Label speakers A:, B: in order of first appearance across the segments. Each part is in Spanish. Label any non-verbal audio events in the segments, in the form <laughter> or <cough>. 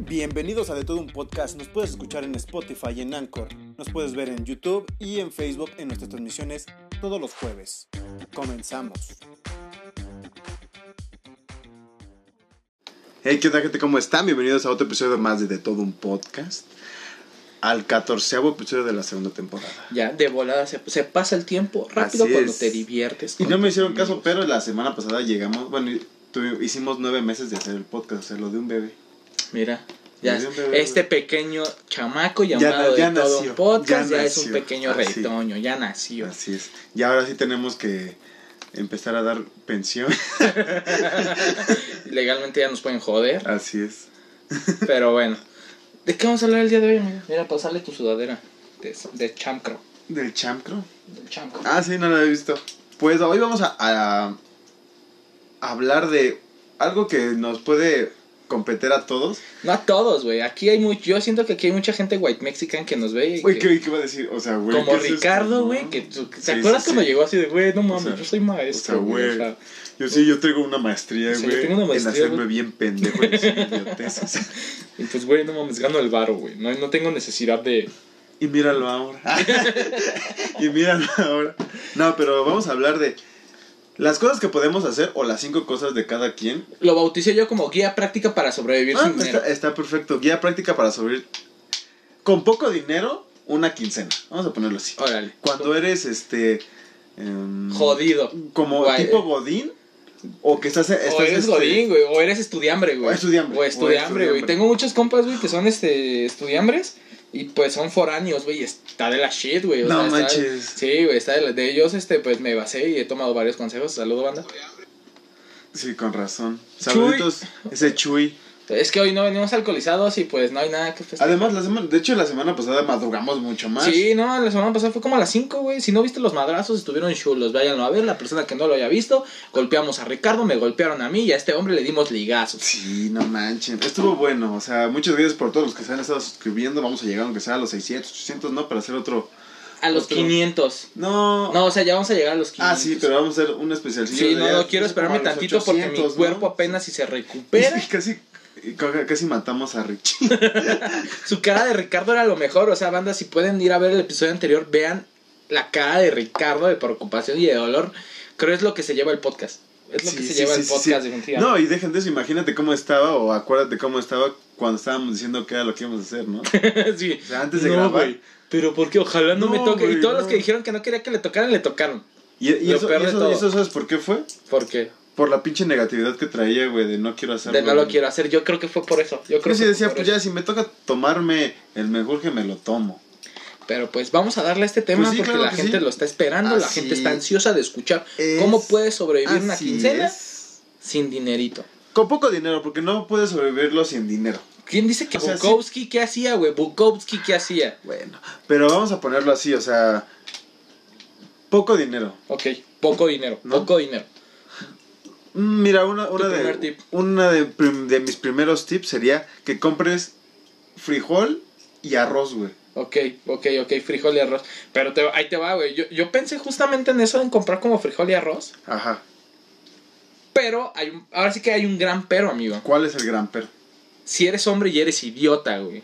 A: Bienvenidos a De Todo Un Podcast. Nos puedes escuchar en Spotify y en Anchor. Nos puedes ver en YouTube y en Facebook en nuestras transmisiones todos los jueves. Comenzamos.
B: Hey, ¿qué tal gente? ¿Cómo están? Bienvenidos a otro episodio más de De Todo Un Podcast. Al catorceavo episodio de la segunda temporada.
C: Ya, de volada se, se pasa el tiempo rápido
B: Así
C: cuando
B: es.
C: te diviertes.
B: Y
C: con
B: no me
C: tus
B: hicieron caso,
C: amigos.
B: pero la semana pasada llegamos, bueno, y tuvi- hicimos nueve meses de hacer el podcast, hacerlo de un bebé.
C: Mira, ya
B: Yo
C: es-
B: siempre-
C: este pequeño chamaco
B: Ya
C: llamado
B: na- ya
C: de todo
B: nació,
C: un podcast
B: ya
C: ya, es un
B: nació,
C: pequeño
B: así.
C: retoño, ya nació.
B: Así es. Y ahora sí tenemos que empezar a dar pensión.
C: Legalmente ya nos pueden joder,
B: Así es.
C: pero bueno. ¿De qué vamos a hablar el día de hoy, amigo? Mira, pasarle tu sudadera de, de chancro.
B: ¿Del chancro?
C: del chancro.
B: Ah, sí, no lo he visto. Pues hoy vamos a, a hablar de algo que nos puede competir a todos.
C: No a todos, güey. Aquí hay mucho. Yo siento que aquí hay mucha gente white mexican que nos ve. y
B: Güey,
C: que-
B: ¿qué, ¿qué iba a decir? O sea, güey.
C: como
B: ¿qué es esto,
C: Ricardo,
B: no?
C: güey. Que, ¿Te
B: Sí,
C: acuerdas
B: sí,
C: cuando
B: sí.
C: llegó así de, güey, no
B: sea,
C: mames, yo soy maestro?
B: o sea, güey, Yo sí, yo tengo una maestría,
C: O sea,
B: güey.
C: yo tengo una
B: En
C: maestría,
B: hacerme
C: güey.
B: bien pendejo y decir idioteces.
C: Y pues, güey, no mames, gano el varo, güey. No, no tengo necesidad de.
B: Y míralo ahora. <laughs> y míralo ahora. No, pero vamos a hablar de las cosas que podemos hacer o las cinco cosas de cada quien.
C: Lo bauticé yo como guía práctica para sobrevivir
B: Ah,
C: sin dinero.
B: está, está perfecto. Guía práctica para sobrevivir. Con poco dinero, una quincena. Vamos a ponerlo así.
C: Órale.
B: Cuando eres este. em,
C: Jodido.
B: Como
C: Guay,
B: tipo
C: eh.
B: Godín. O que estás. estás,
C: O eres
B: este,
C: godín, güey. O eres estudiambre, güey.
B: O estudiambre,
C: O
B: o
C: estudiambre, güey.
B: estudiambre.
C: Tengo muchos compas, güey, que son este estudiambres. Y pues son foráneos, güey. y Está de la shit, güey. o
B: No
C: sea, está-
B: manches.
C: Sí, güey. Está de, la- de ellos, este, pues me basé y he tomado varios consejos. Saludo, banda.
B: Sí, con razón.
C: Chuy.
B: Saluditos. Ese Chuy.
C: Es que hoy no venimos alcoholizados y pues no hay nada que festejar.
B: Además, la semana, de hecho, la semana pasada madrugamos mucho más.
C: Sí, no, la semana pasada fue como a las 5, güey. Si no viste los madrazos, estuvieron chulos. Váyanlo a ver, la persona que no lo haya visto. Golpeamos a Ricardo, me golpearon a mí y a este hombre le dimos ligazos.
B: Sí, no manchen. Estuvo bueno. O sea, muchas gracias por todos los que se han estado suscribiendo. Vamos a llegar aunque sea a los 600, 800, ¿no? Para hacer otro...
C: A los
B: Otro.
C: 500.
B: No.
C: No, o sea, ya vamos a llegar a los 500.
B: Ah, sí, pero vamos a hacer un especial.
C: Sí, no, no quiero esperarme tantito porque mi cuerpo apenas si se recupera.
B: <laughs> casi, ca- casi matamos a Richie.
C: Su cara de Ricardo era lo mejor. O sea, banda, si pueden ir a ver el episodio anterior, vean la cara de Ricardo de preocupación y de dolor. Creo es lo que se lleva el podcast. Es lo
B: Sí,
C: que se
B: sí,
C: lleva
B: sí,
C: el
B: sí,
C: podcast,
B: sí.
C: definitivamente.
B: No, y dejen de eso, imagínate cómo estaba o acuérdate cómo estaba cuando estábamos diciendo que era lo que íbamos a
C: <laughs>
B: hacer, ¿no? O
C: sí.
B: sea, antes de
C: no,
B: grabar.
C: güey, Pero porque ojalá no, me
B: No,
C: toque.
B: güey,
C: y todos
B: no.
C: los que dijeron que no quería que le tocaran, le tocaron.
B: Y, y
C: Lo
B: eso,
C: peor
B: y
C: de
B: eso-
C: todo.
B: y eso, ¿sabes por qué fue?
C: Porque
B: Por la pinche negatividad que traía, güey, de no quiero hacerlo.
C: de no lo
B: güey.
C: quiero hacer. Yo creo que fue por eso. Yo creo que
B: Yo sí
C: fue
B: decía,
C: por
B: pues
C: eso.
B: ya, si me toca tomarme el mejor que me lo tomo.
C: Pero pues vamos a darle a este tema
B: Pues sí,
C: porque
B: claro
C: la
B: que
C: gente
B: sí.
C: lo está esperando. La
B: Así
C: gente está ansiosa de escuchar
B: es.
C: cómo puede sobrevivir una
B: Así
C: quincena
B: es.
C: sin dinerito.
B: Con poco dinero, porque no puedes sobrevivirlo sin dinero.
C: ¿Quién dice que
B: O sea, sí.
C: Bukowski qué hacía, güey? Bukowski qué hacía.
B: Bueno, pero vamos a ponerlo así, o sea, poco dinero.
C: Ok, poco dinero,
B: No.
C: poco dinero.
B: Mm, Mira, una, una
C: primer
B: de,
C: tip.
B: una de, prim- de mis primeros tips sería que compres frijol y arroz, güey.
C: Ok, ok, ok, frijol y arroz. Pero te- ahí te va, güey. Yo, yo pensé justamente en eso, en comprar como frijol y arroz.
B: Ajá.
C: Pero hay un- ahora sí que hay un gran pero, amigo.
B: ¿Cuál es el gran perro?
C: Si eres hombre y eres idiota, güey.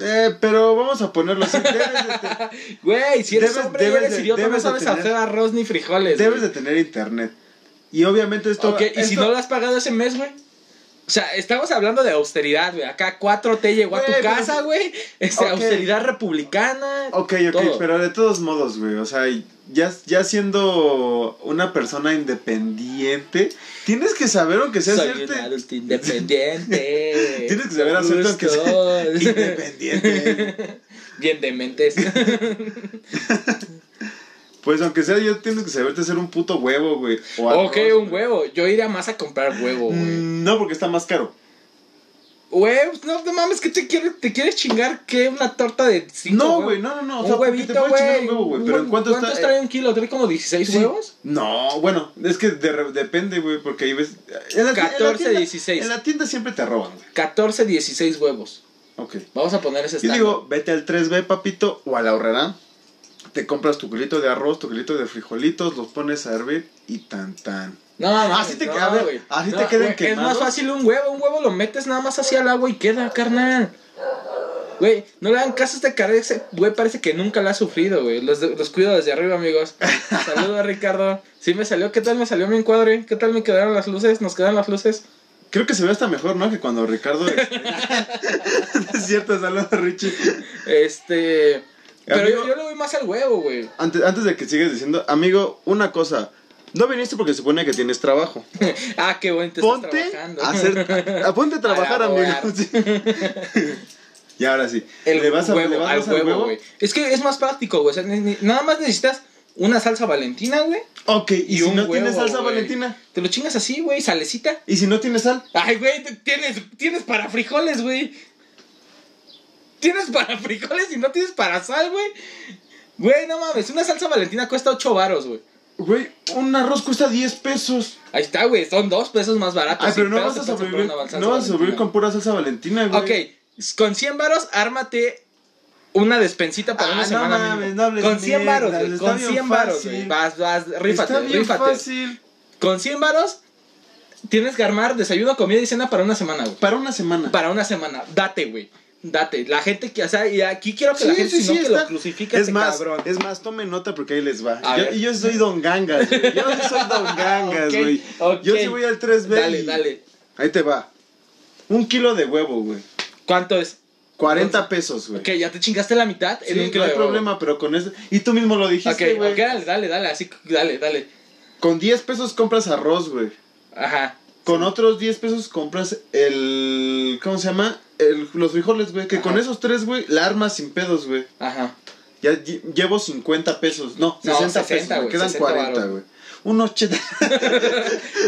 B: Eh, pero vamos a
C: <laughs>
B: ponerlo así. Debes de, te-
C: Güey, si eres
B: Debes-
C: hombre y
B: debes
C: eres
B: de-
C: idiota, no
B: debes de
C: sabes
B: tener-
C: hacer arroz ni frijoles.
B: debes de
C: güey.
B: tener internet. Y obviamente esto...
C: Ok, y si
B: esto-
C: no lo has pagado ese mes, güey. O sea, estamos hablando de austeridad, güey. Acá 4T llegó a tu
B: Güey, pero
C: casa,
B: si-
C: güey. Este,
B: Ok.
C: Austeridad republicana.
B: Ok, ok,
C: todo.
B: pero de todos modos, güey, o sea, ya, ya siendo una persona independiente, tienes que saber aunque sea
C: Soy
B: hacerte-
C: un adulto independiente.
B: <laughs> Tienes que saber
C: Con
B: hacerte aunque sea
C: gustos.
B: independiente.
C: <laughs> Bien
B: <laughs>
C: dementes.
B: Pues aunque sea yo tienes que saberte hacer un puto huevo, güey. o
C: ok,
B: arroz,
C: un huevo. Yo iría más a comprar huevo,
B: güey.
C: güey.
B: Mm, No, porque está más caro.
C: Güey, no, no mames, que te quieres, te quieres chingar que una torta de cinco
B: no,
C: huevos?
B: güey, no, no, no. O
C: un
B: sea, porque te
C: huevito,
B: puedes chingar
C: güey.
B: un huevo, güey.
C: Un
B: Pero
C: buen-
B: en cuánto está.
C: trae un kilo? ¿Trae como 16
B: Sí.
C: huevos?
B: No, bueno, es que de, re- depende, güey, porque ahí ves. en la ti- en la
C: 14,
B: tienda-
C: 16.
B: En la tienda siempre te roban, güey.
C: 14, 16 huevos.
B: Ok.
C: Vamos a poner ese
B: Yo
C: estándar.
B: digo, vete al 3B, papito, o a la horrera. Te compras tu kilito de arroz, tu kilito de frijolitos, los pones a hervir y tan tan.
C: No, mames,
B: Así te
C: no,
B: queda, güey. Así te queden
C: güey, Es
B: quemados.
C: más fácil un huevo, un huevo lo metes nada más hacia el agua y queda, carnal. Güey, no le dan caso a este carnal, ese güey parece que nunca la ha sufrido, güey. Los, los cuido desde arriba,
B: <laughs>
C: amigos. Saludos a Ricardo. Sí me salió, ¿qué tal me salió mi encuadre? ¿Qué tal me quedaron las luces? ¿Nos quedan las luces?
B: Creo que se ve hasta mejor, ¿no? Que cuando Ricardo. No <laughs> es cierto, saludos, Richie.
C: Este... Pero
B: Amigo-
C: yo, yo le voy más al huevo, güey.
B: Antes, antes de que sigas diciendo, amigo, una cosa. No viniste porque se supone que tienes trabajo.
C: Ah, qué bueno, te estás
B: Ponte
C: trabajando.
B: a, hacer, a- ponte a trabajar, amigo.
C: laborar.
B: <laughs> Sí. y ahora sí.
C: <laughs> El
B: ¿Le vas a,
C: huevo,
B: le vas
C: al
B: más
C: huevo, güey. Es que es más práctico, güey. O sea, ni- ni- nada más necesitas una salsa valentina, güey.
B: Ok, y,
C: Y
B: si
C: un
B: no tienes
C: huevo,
B: salsa
C: güey.
B: valentina.
C: Te lo chingas así, güey, salecita.
B: Y si no tienes sal.
C: Ay, güey, te- tienes, tienes para frijoles, güey. Tienes para frijoles y no tienes para sal, güey. Güey, no mames, una salsa valentina cuesta 8 varos, güey.
B: Güey, un arroz cuesta 10 pesos.
C: Ahí está, güey, son dos pesos más baratos.
B: Ay,
C: Sin
B: pero no
C: pedo
B: vas
C: te
B: a
C: puedes comprar
B: sobrevivir.
C: una salsa
B: No vas a sobrevivir con
C: valentina.
B: pura salsa valentina, güey.
C: Ok, con 100 varos, ármate una despensita para
B: Ah,
C: una
B: no
C: semana.
B: mames,
C: mínimo.
B: no hables
C: con 100 varos,
B: mierdas,
C: güey,
B: está
C: con
B: bien
C: 100 varos,
B: fácil.
C: güey. Vas, vas, rífate,
B: Está bien
C: rífate.
B: fácil.
C: Con 100 varos, tienes que armar desayuno, comida y cena para una semana, güey.
B: Para una semana.
C: Para una semana. Date, güey. Date. La gente que, o sea, y aquí quiero que la
B: Sí,
C: gente,
B: sí,
C: si no
B: sí,
C: que
B: está.
C: lo crucifica
B: Es
C: este
B: más,
C: cabrón.
B: es más, tomen nota porque ahí les va.
C: A
B: Yo,
C: ver.
B: y yo soy Don Gangas, güey. Yo sí
C: <laughs>
B: soy Don Gangas,
C: Ok,
B: güey.
C: ok.
B: Yo sí voy al 3B.
C: Dale,
B: y-
C: dale.
B: Ahí te va. Un kilo de huevo, güey.
C: ¿Cuánto es?
B: 40 pesos, güey.
C: Ok, ya te chingaste la mitad
B: Sí,
C: en un kilo
B: no hay
C: de huevo.
B: problema, pero con eso. Y tú mismo lo dijiste,
C: Ok,
B: güey.
C: ok, dale, dale, dale, así, dale, dale.
B: Con 10 pesos compras arroz, güey.
C: Ajá.
B: Con otros 10 pesos compras el. ¿Cómo se llama? El- los frijoles, güey. Que
C: Ajá.
B: con esos tres, güey, la armas sin pedos, güey.
C: Ajá.
B: Ya lle- llevo 50 pesos. No,
C: No, 60,
B: 60, pesos.
C: güey,
B: me quedan
C: 60
B: 40,
C: varos.
B: güey. Unos chetos.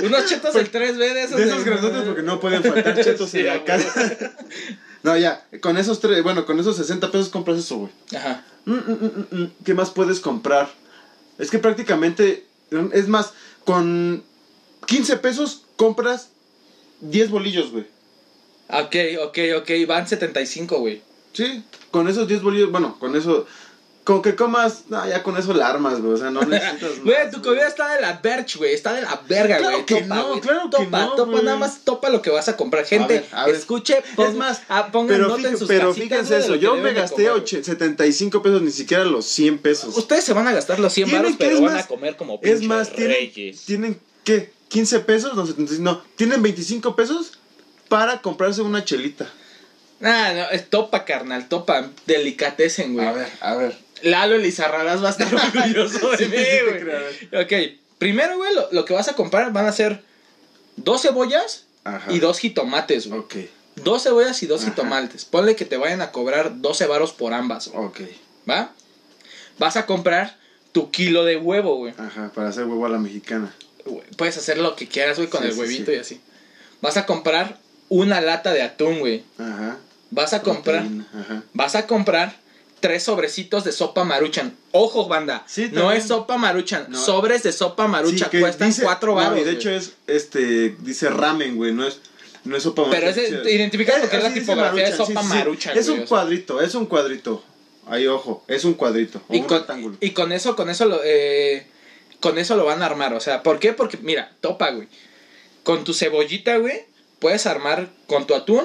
C: Unos chetos del 3B de <laughs> esos.
B: De esos grandotes porque no
C: <laughs>
B: pueden faltar chetos
C: Sí,
B: en
C: a
B: la casa. <laughs> No, ya. Con esos tres. Bueno, con esos 60 pesos compras eso, güey.
C: Ajá.
B: Mm, mm, mm, mm, mm. ¿Qué más puedes comprar? Es que prácticamente. mm, Es más, con 15 pesos compras 10 bolillos, güey.
C: Ok, ok, ok, van 75, güey.
B: Sí, con esos 10 bolillos, bueno, con eso. Con que comas, no, ya con eso la armas, güey.
C: <laughs>
B: O sea, no necesitas.
C: Güey,
B: más,
C: tu
B: güey.
C: comida está de la verge, güey. Está de la verga,
B: Claro
C: güey.
B: que
C: topa,
B: no,
C: güey,
B: claro que
C: topa,
B: no,
C: Topa,
B: güey.
C: nada más topa lo que vas a comprar. Gente,
B: ver, a ver.
C: escuche, pon-
B: es más,
C: ah, pongan
B: pero,
C: nota en
B: fíjense-
C: sus
B: pero
C: casitas,
B: fíjense
C: güey, de
B: eso,
C: lo
B: yo
C: que
B: me
C: deben de
B: gasté
C: comer,
B: ocho- 75 pesos, ni siquiera los 100
C: güey.
B: pesos.
C: Ustedes se van a gastar los 100
B: Tienen
C: baros,
B: que,
C: pero
B: es
C: van
B: más-
C: a comer como
B: Es
C: pinches
B: más, tienen,
C: reyes.
B: tienen, ¿qué? ¿15 pesos? No, 75, no, tienen 25 pesos para comprarse una chelita.
C: Ah, no, es topa, carnal, topa. Delicatecen, güey.
B: a ver.
C: Lalo Elizarradas va a
B: <laughs>
C: estar orgulloso de
B: Sí, sí
C: mí,
B: te
C: güey.
B: creo, a
C: Ok, primero, güey, lo, lo que vas a comprar van a ser dos cebollas
B: Ajá.
C: y dos jitomates, güey.
B: Ok,
C: Dos cebollas y dos
B: Ajá.
C: jitomates. Ponle que te vayan a cobrar 12 varos por ambas, güey,
B: ok.
C: ¿va? Vas a comprar tu kilo de huevo, güey.
B: Ajá, para hacer huevo a la mexicana.
C: Güey, Puedes hacer lo que quieras, güey, con
B: Sí,
C: el
B: sí,
C: huevito
B: sí.
C: y así. Vas a comprar una lata de atún, güey.
B: Ajá.
C: Vas a comprar,
B: proteína, Ajá.
C: vas a comprar tres sobrecitos de sopa maruchan. Ojo, banda,
B: Sí,
C: no
B: también.
C: es sopa maruchan,
B: No.
C: sobres de sopa maruchan
B: Sí, que
C: cuestan
B: dice-
C: cuatro
B: no,
C: baros.
B: y de hecho es, este, dice ramen, güey, no es, no es sopa Eh,
C: Pero es de- identifica lo que es la
B: así dice
C: tipografía, es
B: Maruchan,
C: sopa Maruchan,
B: Es
C: güey,
B: un
C: o sea.
B: cuadrito, es un cuadrito. Ahí, ojo, es un cuadrito. o
C: y,
B: un
C: con,
B: rectángulo.
C: y con eso, con eso lo, eh, con eso lo van a armar. O sea, ¿por qué? Porque, mira, topa, güey. Con tu cebollita, güey, puedes armar con tu atún,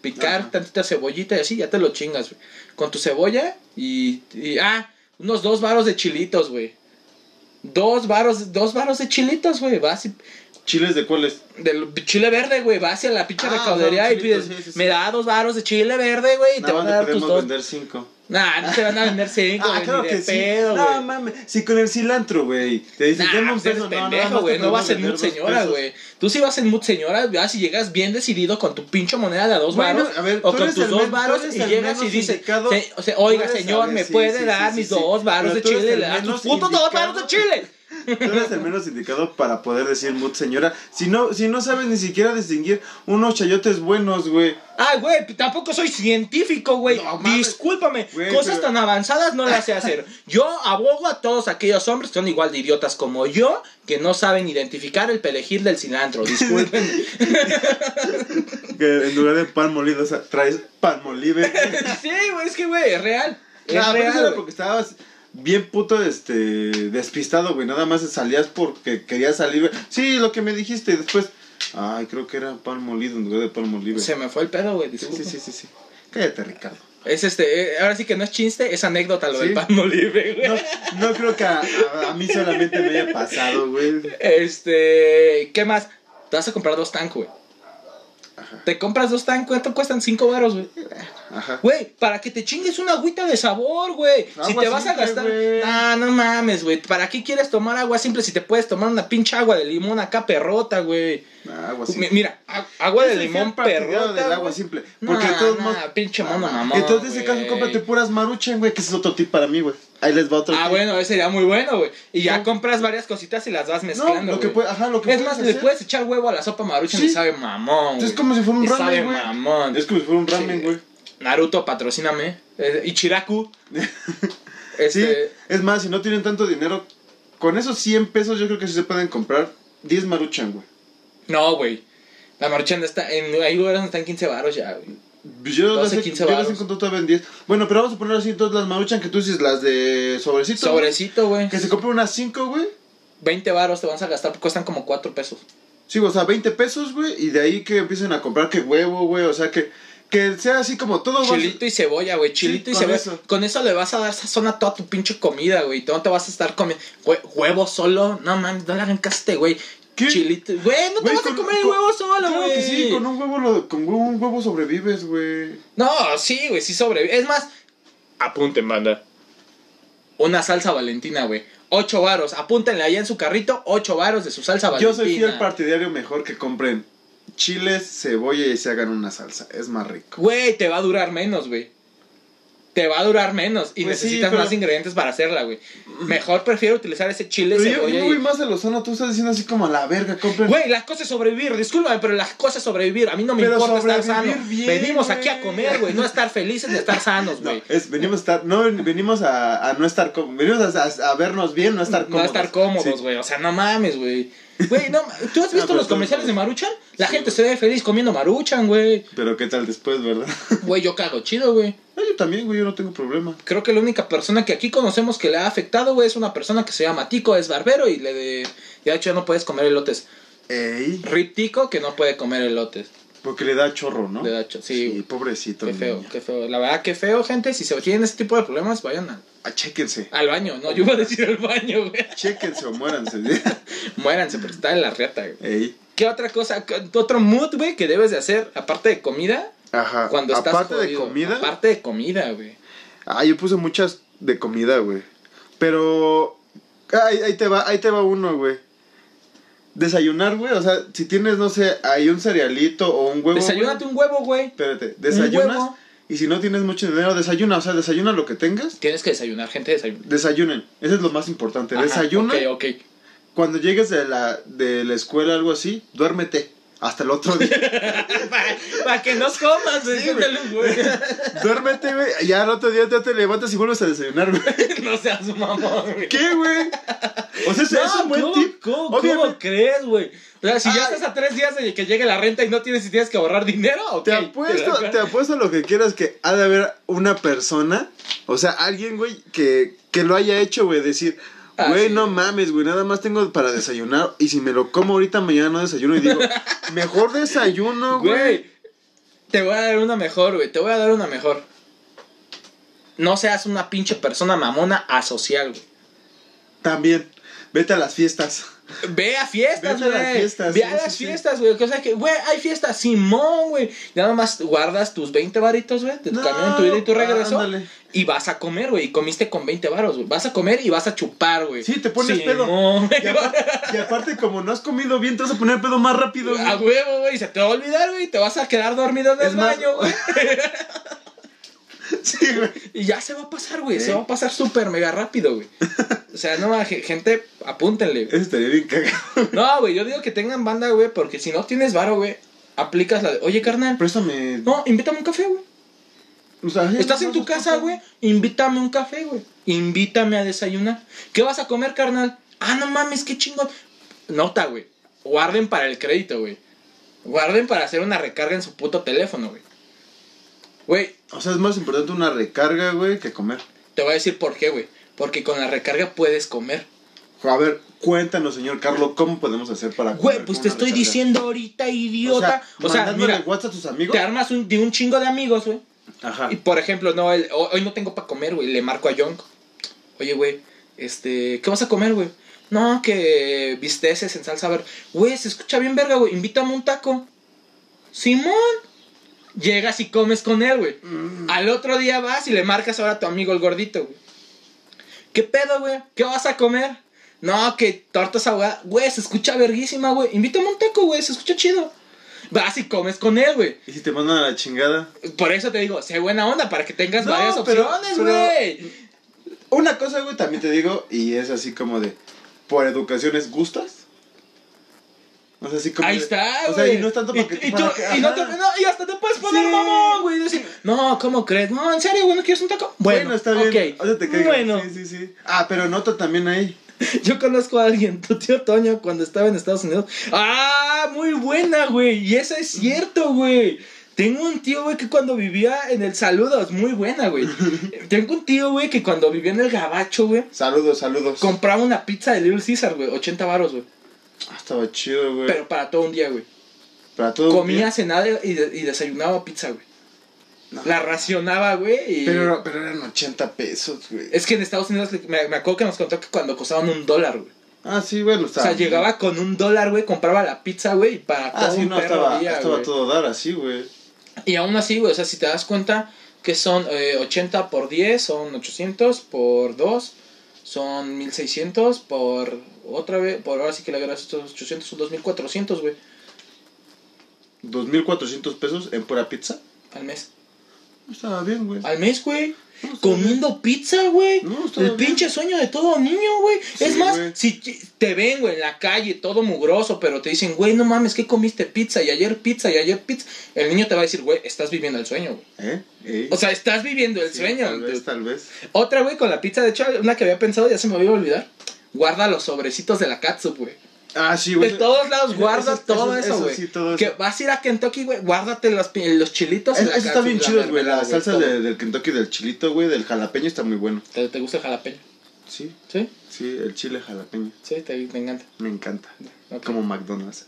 C: picar
B: Ajá.
C: tantita cebollita y así, ya te lo chingas, güey. Con tu cebolla y, y, ah, unos dos varos de chilitos, güey. Dos varos, dos varos de chilitos, güey. Vas y
B: ¿Chiles de cuáles?
C: Del chile verde, güey. Vas a la pinche
B: Ah,
C: recaudería
B: o sea,
C: y
B: un chilito,
C: pides,
B: sí, sí, sí.
C: me da dos varos de chile verde, güey, y te
B: Nada
C: van a
B: más le
C: dar tus
B: podemos
C: dos.
B: vender Ah, cinco.
C: Nah, no te van a vender cinco, güey, ni de pedo,
B: no
C: güey.
B: mames, si con el cilantro, güey. Te dicen,
C: Nah,
B: dame un
C: pues eres
B: peso, no, nada
C: pendejo,
B: más
C: güey.
B: te
C: No vas en
B: podemos
C: mood
B: vender dos
C: señora,
B: pesos.
C: güey. Tú sí vas en mood señora, vas y llegas bien decidido con tu pinche moneda de a dos
B: Bueno,
C: varos.
B: a ver,
C: o
B: tú
C: con
B: eres
C: tus
B: el
C: dos
B: men- tú
C: varos
B: eres
C: y
B: el
C: llegas
B: menos
C: y dices,
B: indicado.
C: se- o sea, oiga,
B: Tú eres-
C: señor,
B: a ver,
C: ¿me
B: sí,
C: puede
B: sí,
C: dar
B: sí,
C: mis
B: sí,
C: dos
B: sí.
C: varos
B: Pero
C: de
B: tú eres
C: chile?
B: el
C: Le das tus
B: menos
C: putos dos varos de
B: indicado.
C: chile.
B: Tú eres el menos indicado para poder decir mood señora. Si no, si no sabes ni siquiera distinguir unos chayotes buenos, güey.
C: Ah, güey, tampoco soy científico, güey.
B: No mames.
C: Discúlpame.
B: Güey,
C: Cosas
B: pero-
C: tan avanzadas no las sé hacer. Yo abogo a todos aquellos hombres que son igual de idiotas como yo, que no saben identificar el pelejil del cilantro.
B: <laughs>
C: Disculpen.
B: Que en lugar de pan molido, o sea, traes pan molive.
C: <laughs> sí, güey, es que, güey, es real. Es
B: No, pero eso
C: real.
B: era
C: güey.
B: porque estabas. bien puto este despistado, güey. Nada más salías porque querías salir. güey. Sí, lo que me dijiste y después. Ay, creo que era pan molido en lugar de pan molido.
C: Se me fue el pedo, güey.
B: Sí,
C: disculpa.
B: sí, sí, sí, sí. Cállate, Ricardo.
C: Es este, eh, ahora sí que no es chiste, es anécdota lo del
B: Sí.
C: pan molibre, güey.
B: No, no creo que a, a- a mí solamente me haya pasado, güey.
C: Este, ¿qué más? Te vas a comprar dos tanco, güey. Te compras dos tan, ¿cuánto cuestan? Cinco varos, güey.
B: Ajá.
C: Güey, para que te chingues una agüita de sabor, güey. Si
B: Agua
C: te vas a
B: simple,
C: gastar.
B: güey.
C: Ah, no mames, güey. ¿Para qué quieres tomar agua simple si te puedes tomar una pinche agua de limón acá perrota, güey?
B: Ah, Agua simple.
C: Mi- Mira, a- agua de
B: Yo soy
C: limón
B: fiel partidario
C: perrota.
B: del agua
C: güey.
B: simple.
C: No,
B: Porque de todos
C: no,
B: modos. Ah,
C: pinche mono mamón,
B: Entonces, en ese
C: güey.
B: caso, cómprate puras maruchan, güey, que ese es otro tip para mí, güey. Ahí les va otro
C: Ah,
B: tip.
C: bueno, ese sería muy bueno, güey. Y ya
B: No.
C: compras varias cositas y las vas
B: No,
C: mezclando.
B: lo que
C: güey.
B: puede, ajá, lo que
C: es
B: puedes
C: más, le
B: hacer-
C: puedes echar huevo a la sopa maruchan
B: Sí.
C: y sabe mamón.
B: Es
C: güey.
B: como si fuera un
C: Y sabe
B: ramen, güey.
C: mamón.
B: Es como si fuera un ramen,
C: Sí.
B: güey.
C: Naruto, patrocíname. Eh,
B: <laughs>
C: Ichiraku.
B: Sí,
C: este,
B: es más, si no tienen tanto dinero, con esos 100 pesos yo creo que sí se pueden comprar 10 maruchan, güey.
C: No, güey. La marchanda está en hay lugares donde están 15 varos ya, güey.
B: Yo
C: 12,
B: las he,
C: 15
B: yo las he
C: varos.
B: encontrado todavía en 10. Bueno, pero vamos a poner así entonces las maruchan que tú dices, las de sobrecito.
C: Sobrecito, güey.
B: güey. Que se compren unas 5, güey.
C: 20 varos te vas a gastar, cuestan como 4 pesos.
B: Sí, o sea, 20 pesos, güey. Y de ahí que empiecen a comprar que huevo, güey. O sea, que, que sea así como todo. va-
C: Chilito y cebolla, güey. Chilito y
B: con
C: cebolla.
B: eso.
C: Con eso le vas a dar sazón a toda tu pinche comida, güey. Tú No te vas a estar comiendo hue- huevo solo. No mames, no le hagan caso a este, güey.
B: ¿Qué?
C: Chilito. Güey, no te
B: Güey,
C: vas
B: con-
C: a comer el
B: con-
C: huevo solo,
B: Claro
C: güey.
B: que sí, con un huevo, lo- con un huevo sobrevives, güey.
C: No, sí, güey, sí sobrevive. Es más, apunten, banda. Una salsa valentina, güey. 8 varos. Apúntenle allá en su carrito 8 varos de su salsa valentina.
B: Yo soy fiel partidario mejor que compren chiles, cebolla y se hagan una salsa. Es más rico.
C: Güey, te va a durar menos, güey. Te va a durar menos y
B: Pues sí,
C: necesitas
B: pero-
C: más ingredientes para hacerla, güey. Mejor prefiero utilizar ese chile,
B: Pero yo,
C: cebolla
B: yo
C: y-
B: voy más a Lozano, tú estás diciendo así como a la verga, compren.
C: Güey, las cosas es sobrevivir, discúlpame, pero las cosas es sobrevivir. A mí no me
B: Pero
C: importa estar sano.
B: sobrevivir bien,
C: Venimos
B: güey.
C: aquí a comer, güey, no a estar felices ni a estar sanos,
B: <laughs> No,
C: güey.
B: es, venimos a estar, no, ven- venimos a, a no estar cómodos, venimos a, a- a vernos bien, no a estar
C: No
B: cómodos.
C: a estar cómodos,
B: Sí.
C: güey. O sea, no mames, güey. Güey, no, ma- ¿tú has
B: <laughs> Ah,
C: visto
B: pero
C: los
B: tú-
C: comerciales de Maruchan? La
B: Sí,
C: gente
B: güey.
C: se ve feliz comiendo Maruchan, güey.
B: Pero qué tal después, ¿verdad?
C: Güey, yo cago chido, güey.
B: <laughs> No, yo también, güey, yo no tengo problema.
C: Creo que la única persona que aquí conocemos que le ha afectado, güey, es una persona que se llama Tico, es barbero y le de. Ya de hecho ya no puedes comer elotes.
B: Ey,
C: Rip Tico que no puede comer elotes.
B: porque le da chorro, ¿no?
C: Le da cho- sí, güey.
B: pobrecito.
C: Qué
B: el
C: feo,
B: niño.
C: qué feo. La verdad, qué feo, gente. Si se tienen ese tipo de problemas, vayan al,
B: Ah, chéquense,
C: al baño. No, yo iba a decir al baño, güey.
B: chéquense o muéranse. <laughs>
C: Muéranse, pero está en la reata, güey.
B: Ey,
C: ¿Qué otra cosa? ¿Qué- ¿Otro mood, güey, que debes de hacer? Aparte de comida,
B: ajá.
C: cuando estás
B: Ah, Aparte de
C: jodido.
B: comida.
C: aparte de comida güey
B: Ah, yo puse muchas de comida, güey. Pero. Ay, ahí te va, ahí te va uno, güey. Desayunar, güey. O sea, si tienes, no sé, hay un cerealito o un huevo.
C: desayúnate un huevo güey
B: güey. Espérate, desayunas.
C: huevo.
B: Y si no tienes mucho dinero, desayuna. O sea, desayuna lo que tengas.
C: tienes que desayunar gente desayuna
B: Desayunen. Eso es lo más importante.
C: Ajá,
B: Desayuna.
C: ok ok
B: Cuando llegues de la, de la escuela algo así, duérmete. Hasta el otro
C: <laughs>
B: día.
C: para, que no comas güey, siéntale un güey
B: duérmete, güey. Ya al otro día ya te levantas y vuelves a
C: <laughs>
B: desayunar, güey.
C: <laughs> no seas mamón güey
B: ¿Qué, güey? O sea, eso es un buen
C: ¿cómo,
B: tip.
C: ¿cómo,
B: Obviamente-
C: ¿Cómo crees, güey? O sea, si ya
B: Ay.
C: estás a tres días de que llegue la renta y no tienes y tienes que ahorrar dinero, ok.
B: Te apuesto, te apuesto lo que quieras que ha de haber una persona, o sea, alguien, güey, que, que lo haya hecho, güey, decir,
C: Ah,
B: güey,
C: sí.
B: no mames, güey, nada más tengo para desayunar y si me lo como ahorita mañana no desayuno
C: <laughs>
B: y digo, mejor desayuno, güey.
C: Güey, te voy a dar una mejor, güey. Te voy a dar una mejor. No seas una pinche persona mamona asocial, güey.
B: También, vete a las fiestas.
C: Ve a fiestas,
B: Vete a
C: güey.
B: las fiestas,
C: Ve
B: sí,
C: a las
B: sí, sí.
C: fiestas, güey. O sea que, güey, hay fiestas, Simón, güey. Ya nada más guardas tus 20 varitos, güey, de tu
B: No, ah,
C: camión, tu ida y tu regreso.
B: ándale.
C: Y vas a comer, güey. Y comiste con 20 varos, güey. Vas a comer y vas a chupar, güey.
B: Sí, te pones pedo.
C: Simón, güey.
B: Y aparte, y aparte, como no has comido bien, te vas a poner pedo más rápido, güey.
C: A huevo, güey. Se te va a olvidar, güey. Te vas a quedar dormido en el
B: Es más- <laughs>
C: baño, güey.
B: Sí, güey.
C: Y ya se va a pasar, güey.
B: Sí.
C: Se va a pasar súper mega rápido,
B: <laughs>
C: güey. O sea, no, ge- gente, apúntenle. güey.
B: Eso estaría bien cagado.
C: No, güey, yo digo que tengan banda, güey, porque si no tienes varo, güey, aplicas la de, oye, carnal,
B: Préstame.
C: no, invítame un café, güey.
B: o sea,
C: Estás en tu casa, güey, invítame un café, güey. Invítame a desayunar. ¿Qué vas a comer, carnal? Ah, no mames, qué chingón. Nota, güey. Guarden para el crédito, güey. Guarden para hacer una recarga en su puto teléfono, güey. Güey,
B: O sea, es más importante una recarga, güey, que comer.
C: Te voy a decir por qué, güey. Porque con la recarga puedes comer.
B: A ver, cuéntanos, señor Carlos, ¿cómo podemos hacer para
C: Güey,
B: comer
C: pues
B: Ah, con
C: te
B: una
C: estoy
B: recarga?
C: diciendo ahorita, idiota. O sea,
B: mandándole
C: mira,
B: WhatsApp a tus amigos.
C: te armas un, de un chingo de amigos, güey.
B: Ajá.
C: Y por ejemplo, no, el- ho- hoy no tengo para comer, güey. Le marco a Young. Oye, güey, este, ¿qué vas a comer, güey? No, que bisteces en salsa verde. Güey, se escucha bien verga, güey. Invítame un taco. Simón. Llegas y comes con él, güey.
B: Mm.
C: Al otro día vas y le marcas ahora a tu amigo el gordito, güey. ¿Qué pedo, güey? ¿Qué vas a comer? No, que tortas ahogadas. Güey, se escucha verguísima, güey. Invítame un taco, güey. Se escucha chido. Vas y comes con él, güey.
B: Y si te mandan a la chingada.
C: Por eso te digo, sé buena onda para que tengas
B: No,
C: varias
B: pero-
C: opciones,
B: pero-
C: güey.
B: Una cosa, güey, también te digo, y es así como de, por educaciones gustas. O sea, así como
C: Ahí
B: de-
C: está, güey.
B: O sea, y no es tanto para que...
C: y, tú-
B: para que-
C: y no te-
B: ajá.
C: no, y hasta te puedes poner
B: Sí.
C: mamón, güey. y decir, no, ¿cómo crees? No, en serio, güey, ¿no quieres un taco?
B: Bueno,
C: Bueno,
B: está bien.
C: ok.
B: O sea, te caigo.
C: Bueno,
B: Sí, sí, sí. Ah, pero nota también ahí.
C: Yo conozco a alguien, tu tío Toño, cuando estaba en Estados Unidos. ¡Ah! Muy buena, güey. Y eso es cierto, güey. Tengo un tío, güey, que cuando vivía en el Saludos, muy buena,
B: <laughs>
C: güey. Tengo un tío, güey, que cuando vivía en el Gabacho, güey,
B: Saludos, saludos.
C: compraba una pizza de Little Caesar, güey, 80 baros, güey.
B: Ah, estaba chido, güey.
C: Pero para todo un día, güey.
B: Para todo.
C: Comía, cenaba y, de- y desayunaba pizza, güey.
B: No.
C: La racionaba, güey. y- Eh,
B: Pero, pero eran 80 pesos, güey.
C: Es que en Estados Unidos le- me, me acuerdo que nos contó que cuando costaban un dólar, güey.
B: Ah, sí, bueno,
C: O
B: estaba.
C: sea, llegaba con un dólar, güey, compraba la pizza, güey, y para
B: Ah,
C: todo
B: sí,
C: un
B: no,
C: perro
B: estaba,
C: día,
B: estaba
C: güey.
B: todo dar así, güey.
C: Y aún así, güey, o sea, si te das cuenta que son eh, 80 por 10, son 800 por 2, son 1600 por otra vez, por ahora sí que le agarras estos 800, son 2400, güey,
B: 2.400 pesos en pura pizza.
C: al mes.
B: Estaba bien, güey.
C: Al mes, güey.
B: No, estaba bien.
C: Ah, Comiendo pizza, güey.
B: No, está
C: el
B: bien.
C: pinche sueño de todo niño, güey. es
B: Sí,
C: más,
B: güey.
C: si te- te ven, güey, en la calle, todo mugroso, pero te dicen, güey, no mames, ¿qué comiste pizza? Y ayer pizza, y ayer pizza. El niño te va a decir, güey, estás viviendo el sueño, güey.
B: ¿Eh? Ey.
C: O sea, estás viviendo el
B: Sí,
C: sueño.
B: Tal vez,
C: dude.
B: tal vez.
C: Otra, güey, con la pizza, de hecho, una que había pensado, ya se me había olvidado. Guarda los sobrecitos de la catsup, güey.
B: Ah, sí,
C: De
B: güey.
C: todos lados,
B: Eso-
C: guarda
B: eso-
C: todo
B: eso-
C: eso,
B: eso
C: güey.
B: sí, todo eso.
C: Que vas a ir a Kentucky, güey, guárdate los, pi- los chilitos. y
B: Es-
C: la
B: Eso está
C: catsup,
B: bien
C: la
B: chido, güey.
C: mermelada,
B: La salsa
C: todo.
B: de- del Kentucky, del chilito, güey, del jalapeño está muy bueno.
C: ¿Te, te gusta el jalapeño?
B: Sí,
C: ¿Sí?
B: sí, el chile jalapeño.
C: Sí, te, te encanta.
B: Me encanta.
C: Ok.
B: Como McDonald's.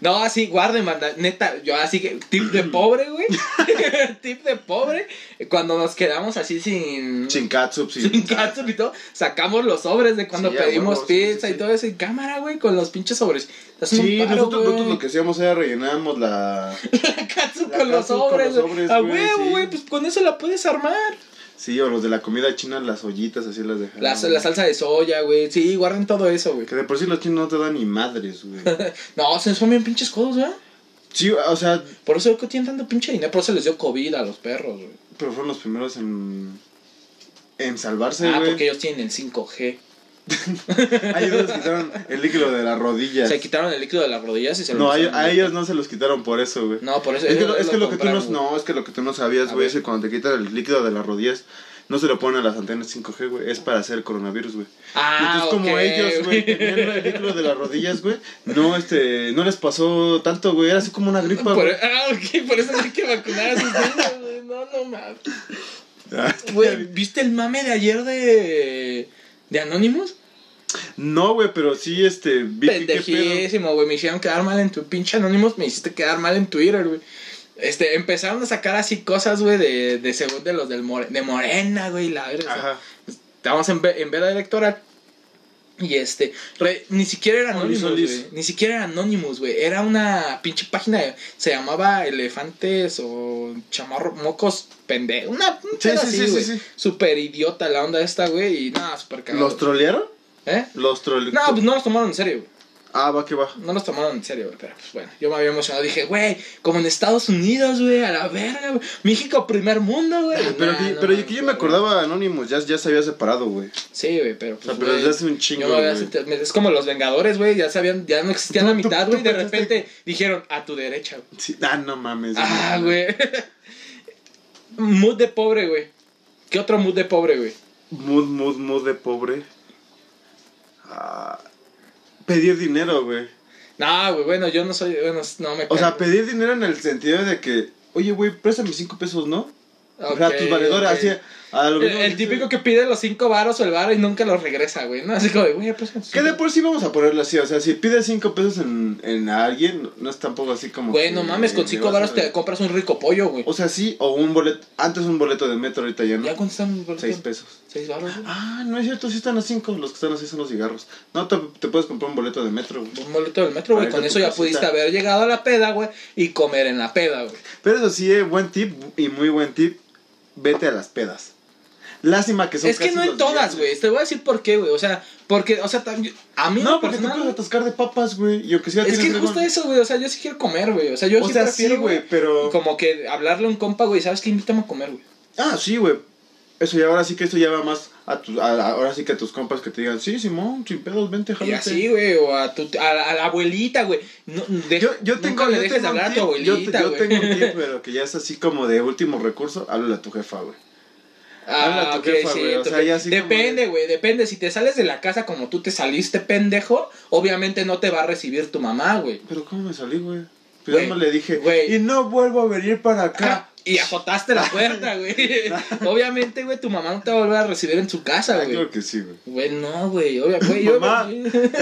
C: No, así, guarden, banda. Neta, yo así que, tip
B: <clears throat>
C: de pobre, güey. <laughs> tip de pobre. Cuando nos quedamos así sin.
B: Sin catsup, sí.
C: sin catsup y todo, sacamos los sobres de cuando
B: Sí, a
C: pedimos
B: huevo, sí, sí,
C: pizza
B: sí.
C: y todo eso. Y cámara, güey, con los pinches sobres. Estás en
B: Sí,
C: un paro,
B: nosotros,
C: güey.
B: nosotros lo que hacíamos era rellenábamos la.
C: <laughs> La catsup
B: La
C: con los
B: catsup con
C: sobres,
B: los
C: güey.
B: sobres,
C: A
B: güey,
C: huevo,
B: sí. Ah,
C: güey, pues con eso la puedes armar.
B: Sí, o los de la comida china, las ollitas, así las dejaban.
C: La, la salsa de soya, güey. Sí, guarden todo eso, güey.
B: Que de por sí los chinos no te dan ni
C: <laughs>
B: madres, güey.
C: No, se son bien pinches codos, ¿verdad?
B: Sí, o sea,
C: Por eso es que tienen tanto pinche dinero. Por eso les dio COVID a los perros, güey.
B: pero fueron los primeros en. En salvarse,
C: ah,
B: güey. <laughs>
C: porque ellos tienen el 5G.
B: A ellos les quitaron el líquido de las rodillas.
C: Se quitaron el líquido de las rodillas y se lo
B: No, a, ellos-
C: pusieron.
B: a ellos no se los quitaron por eso, güey.
C: No, por eso.
B: Es que,
C: ellos
B: lo, es que lo que tú no,
C: compraron, güey.
B: no, es que lo que tú no
C: A
B: sabías, güey, es
C: ver.
B: que cuando te quitan el líquido de las rodillas, no se lo ponen a las antenas 5G, güey, es para hacer coronavirus, güey.
C: Ah,
B: Entonces, como
C: ok,
B: ellos, güey, tenían el líquido de las rodillas, güey, no, este, no les pasó tanto, güey, era así como una gripa,
C: <laughs> Por,
B: güey.
C: ah, ok, por eso no hay que vacunar a sus niños, güey. No, no mames.
B: Ah,
C: Güey, ¿viste el mame de ayer de. de Anonymous?
B: No, güey, pero sí, este, vi que- qué pedo.
C: Pendejísimo, güey. Me hicieron quedar mal en tu pinche Anonymous. Me hiciste quedar mal en Twitter, güey. Este, empezaron a sacar así cosas, güey, de, de según de los del More- de Morena, güey, la verga. o sea,
B: Ajá.
C: Estábamos en, ve- en veda electoral. Y este, re- ni siquiera era
B: Olis,
C: Anonymous,
B: olis.
C: güey. Ni siquiera era Anonymous, güey. Era una pinche página, se llamaba Elefantes o Chamarro Mocos Pende. Una un
B: Sí,
C: pedo
B: sí,
C: así,
B: sí, sí,
C: güey.
B: sí.
C: Super idiota la onda esta, güey. Y nada, super cagado.
B: ¿Los trolearon?
C: ¿Eh?
B: Los trolearon.
C: No, pues no los tomaron en serio, güey.
B: Ah, va que va.
C: No los tomaron en serio, güey. Pero pues bueno, yo me había emocionado. Dije, güey, como en Estados Unidos, güey, a la verga, güey. México, primer mundo, güey.
B: Ah, Pero,
C: Nah,
B: que-
C: no
B: pero yo,
C: mames,
B: que yo me
C: güey.
B: acordaba Anonymous, ya, ya se había separado, güey.
C: Sí, güey, pero.
B: O sea,
C: pues,
B: pero
C: güey,
B: desde hace un chingo,
C: yo no había
B: güey.
C: sentido- es como los Vengadores, güey, ya sabían, ya no existían la
B: <laughs> Tú- tú-
C: mitad,
B: tú
C: güey, de
B: pensaste-
C: repente dijeron a tu derecha. güey.
B: Sí, Ah, no mames.
C: Ah, güey. <laughs> mood de pobre, güey. ¿Qué otro mood de pobre, güey?
B: Mood, mood, mood de pobre. Ah, pedir dinero, güey.
C: No, güey, bueno, yo no soy, bueno, no me
B: O sea,
C: cago.
B: pedir dinero en el sentido de que, oye, güey, préstame cinco pesos, ¿no? O sea,
C: Ok,
B: tus valedores,
C: ok.
B: así, A lo
C: El,
B: mejor-
C: el típico que pide los cinco varos o el varo y nunca los regresa, güey. No, así como, de, güey, pues.
B: Que de por sí vamos a ponerlo así, o sea, si pides 5 pesos en, en a alguien, no- no es tampoco así como...
C: Güey,
B: que
C: no mames, con
B: le
C: cinco
B: vas a-
C: varos te compras un rico pollo, güey.
B: O sea, sí, o un boleto, antes un boleto de metro, ahorita ya no.
C: ¿Ya cuánto están los boletos?
B: 6 pesos.
C: Seis varos, güey.
B: Ah, no es cierto, sí están a 5, los que están así son los cigarros. No, te, te puedes comprar un boleto de metro. güey.
C: Un boleto del metro, güey.
B: Para
C: Con
B: ir a
C: eso
B: tu
C: ya
B: casita.
C: pudiste haber llegado a la peda, güey. Y comer en la peda, güey.
B: Pero eso sí, eh, buen tip y muy buen tip, vete a las pedas. Lástima que son
C: Es que
B: casi
C: no en
B: los
C: todas,
B: viernes.
C: güey. Te voy a decir por qué, güey. O sea, porque, o sea, tam- yo- a mí
B: No,
C: no,
B: porque te puedes
C: personal.
B: atascar de papas, güey. Y aunque sea
C: Es que
B: tienes
C: justo
B: algo-
C: eso, güey. O sea, yo sí quiero comer, güey. O sea, yo
B: O
C: sí
B: sea, sí,
C: prefiero,
B: güey, pero...
C: Como que hablarle a un compa, güey, ¿sabes qué? Invítame a comer, güey.
B: Ah, sí, güey. Eso ya ahora sí que esto ya va más a tus a- a- ahora sí que a tus compas que te digan, "Sí, Simón, sin pedos, vente,
C: Y
B: jálate."
C: así, güey, o a, tu, a, la- a la abuelita, güey. No, de-
B: Yo, yo tengo,
C: nunca le
B: yo
C: dejes
B: tengo
C: de
B: un
C: hablar a tu
B: tip, yo te-
C: abuelita,
B: yo,
C: güey.
B: tengo un tip, pero que ya es así como de último recurso, háblale a tu jefa, güey. Habla
C: Ah,
B: a tu
C: ok,
B: jefa,
C: sí.
B: güey, o
C: tu
B: sea,
C: jefa.
B: ya así como
C: depende,
B: de-
C: güey, depende. Si te sales de la casa como tú te saliste, pendejo, obviamente no te va a recibir tu mamá, güey.
B: Pero cómo me salí, güey? Pues
C: Güey,
B: ya no le dije,
C: güey. Ah,
B: "Y no vuelvo a venir para acá."
C: Y azotaste la puerta,
B: <laughs>
C: güey. <laughs> obviamente, güey, tu mamá no te va a volver a recibir en su casa,
B: Ah,
C: güey.
B: claro que sí, güey.
C: Güey, no, güey, obvia- güey, yo
B: Mamá.
C: <laughs>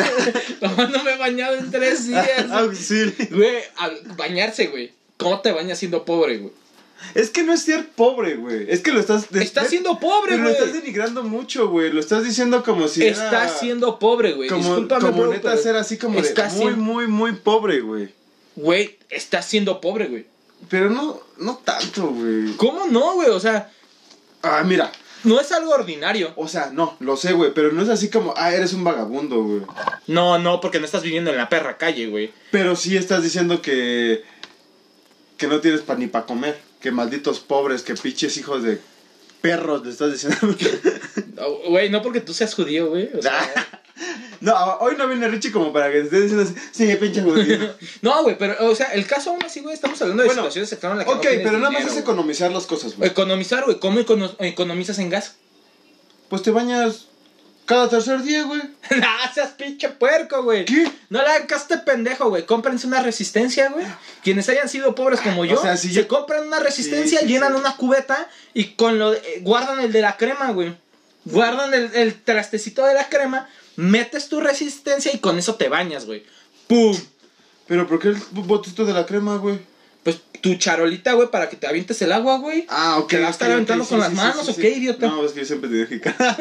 C: Mamá, no me he bañado en tres
B: <laughs> Ah,
C: días.
B: Auxilio.
C: Güey, al- bañarse, güey. ¿Cómo te bañas siendo pobre, güey?
B: Es que no es ser pobre, güey. Es que lo estás
C: Estás siendo pobre,
B: pero lo
C: güey.
B: estás denigrando mucho, güey. Lo estás diciendo como si era-
C: Estás siendo pobre, güey.
B: como,
C: Discúlpame,
B: como
C: bro,
B: neta
C: pero-
B: ser así como de
C: Estás
B: muy,
C: siendo-
B: muy, muy pobre, güey.
C: Güey, estás siendo pobre, güey.
B: Pero no, no tanto, güey.
C: ¿Cómo no, güey? O sea,
B: Ah, mira.
C: no es algo ordinario.
B: O sea, no, lo sé, güey. Pero no es así como, ah, eres un vagabundo, güey.
C: No, no, porque no estás viviendo en la perra calle, güey.
B: Pero sí estás diciendo que. que no tienes pa, ni para comer. Que malditos pobres, que pinches hijos de perros, le estás diciendo. <laughs>
C: Oh, Güey, no porque tú seas judío, güey. O sea,
B: no, ah, hoy no viene Richie como para que te estés diciendo, así, sí,
C: <laughs>
B: pinche judío.
C: no, güey, pero, o sea, el caso aún así, güey, estamos hablando de
B: Bueno,
C: situaciones extremas en las que no
B: ok,
C: tienes
B: pero nada más
C: dinero,
B: es
C: güey.
B: economizar las cosas, güey.
C: Economizar, güey. ¿Cómo econo- economizas en gas? <laughs>
B: Pues te bañas cada tercer día, güey.
C: ¡Ah, seas pinche puerco, güey!
B: ¿Qué?
C: No la hagas este pendejo, güey. Cómprense una resistencia, güey. Quienes hayan sido pobres como
B: Ah,
C: yo,
B: o sea, si
C: se
B: yo-
C: compran una resistencia,
B: Sí, sí,
C: llenan
B: sí.
C: una cubeta y con lo de- eh, guardan el de la crema, güey. Guardan el, el trastecito de la crema, metes tu resistencia y con eso te bañas, güey. ¡Pum!
B: Pero ¿por qué el botito de la crema, güey?
C: Pues tu charolita, güey, para que te avientes el agua, güey.
B: Ah, ok.
C: ¿Te la vas a
B: ok,
C: estar aventando
B: ok,
C: con las manos o qué, idiota?
B: No, es que yo siempre tenía que cara.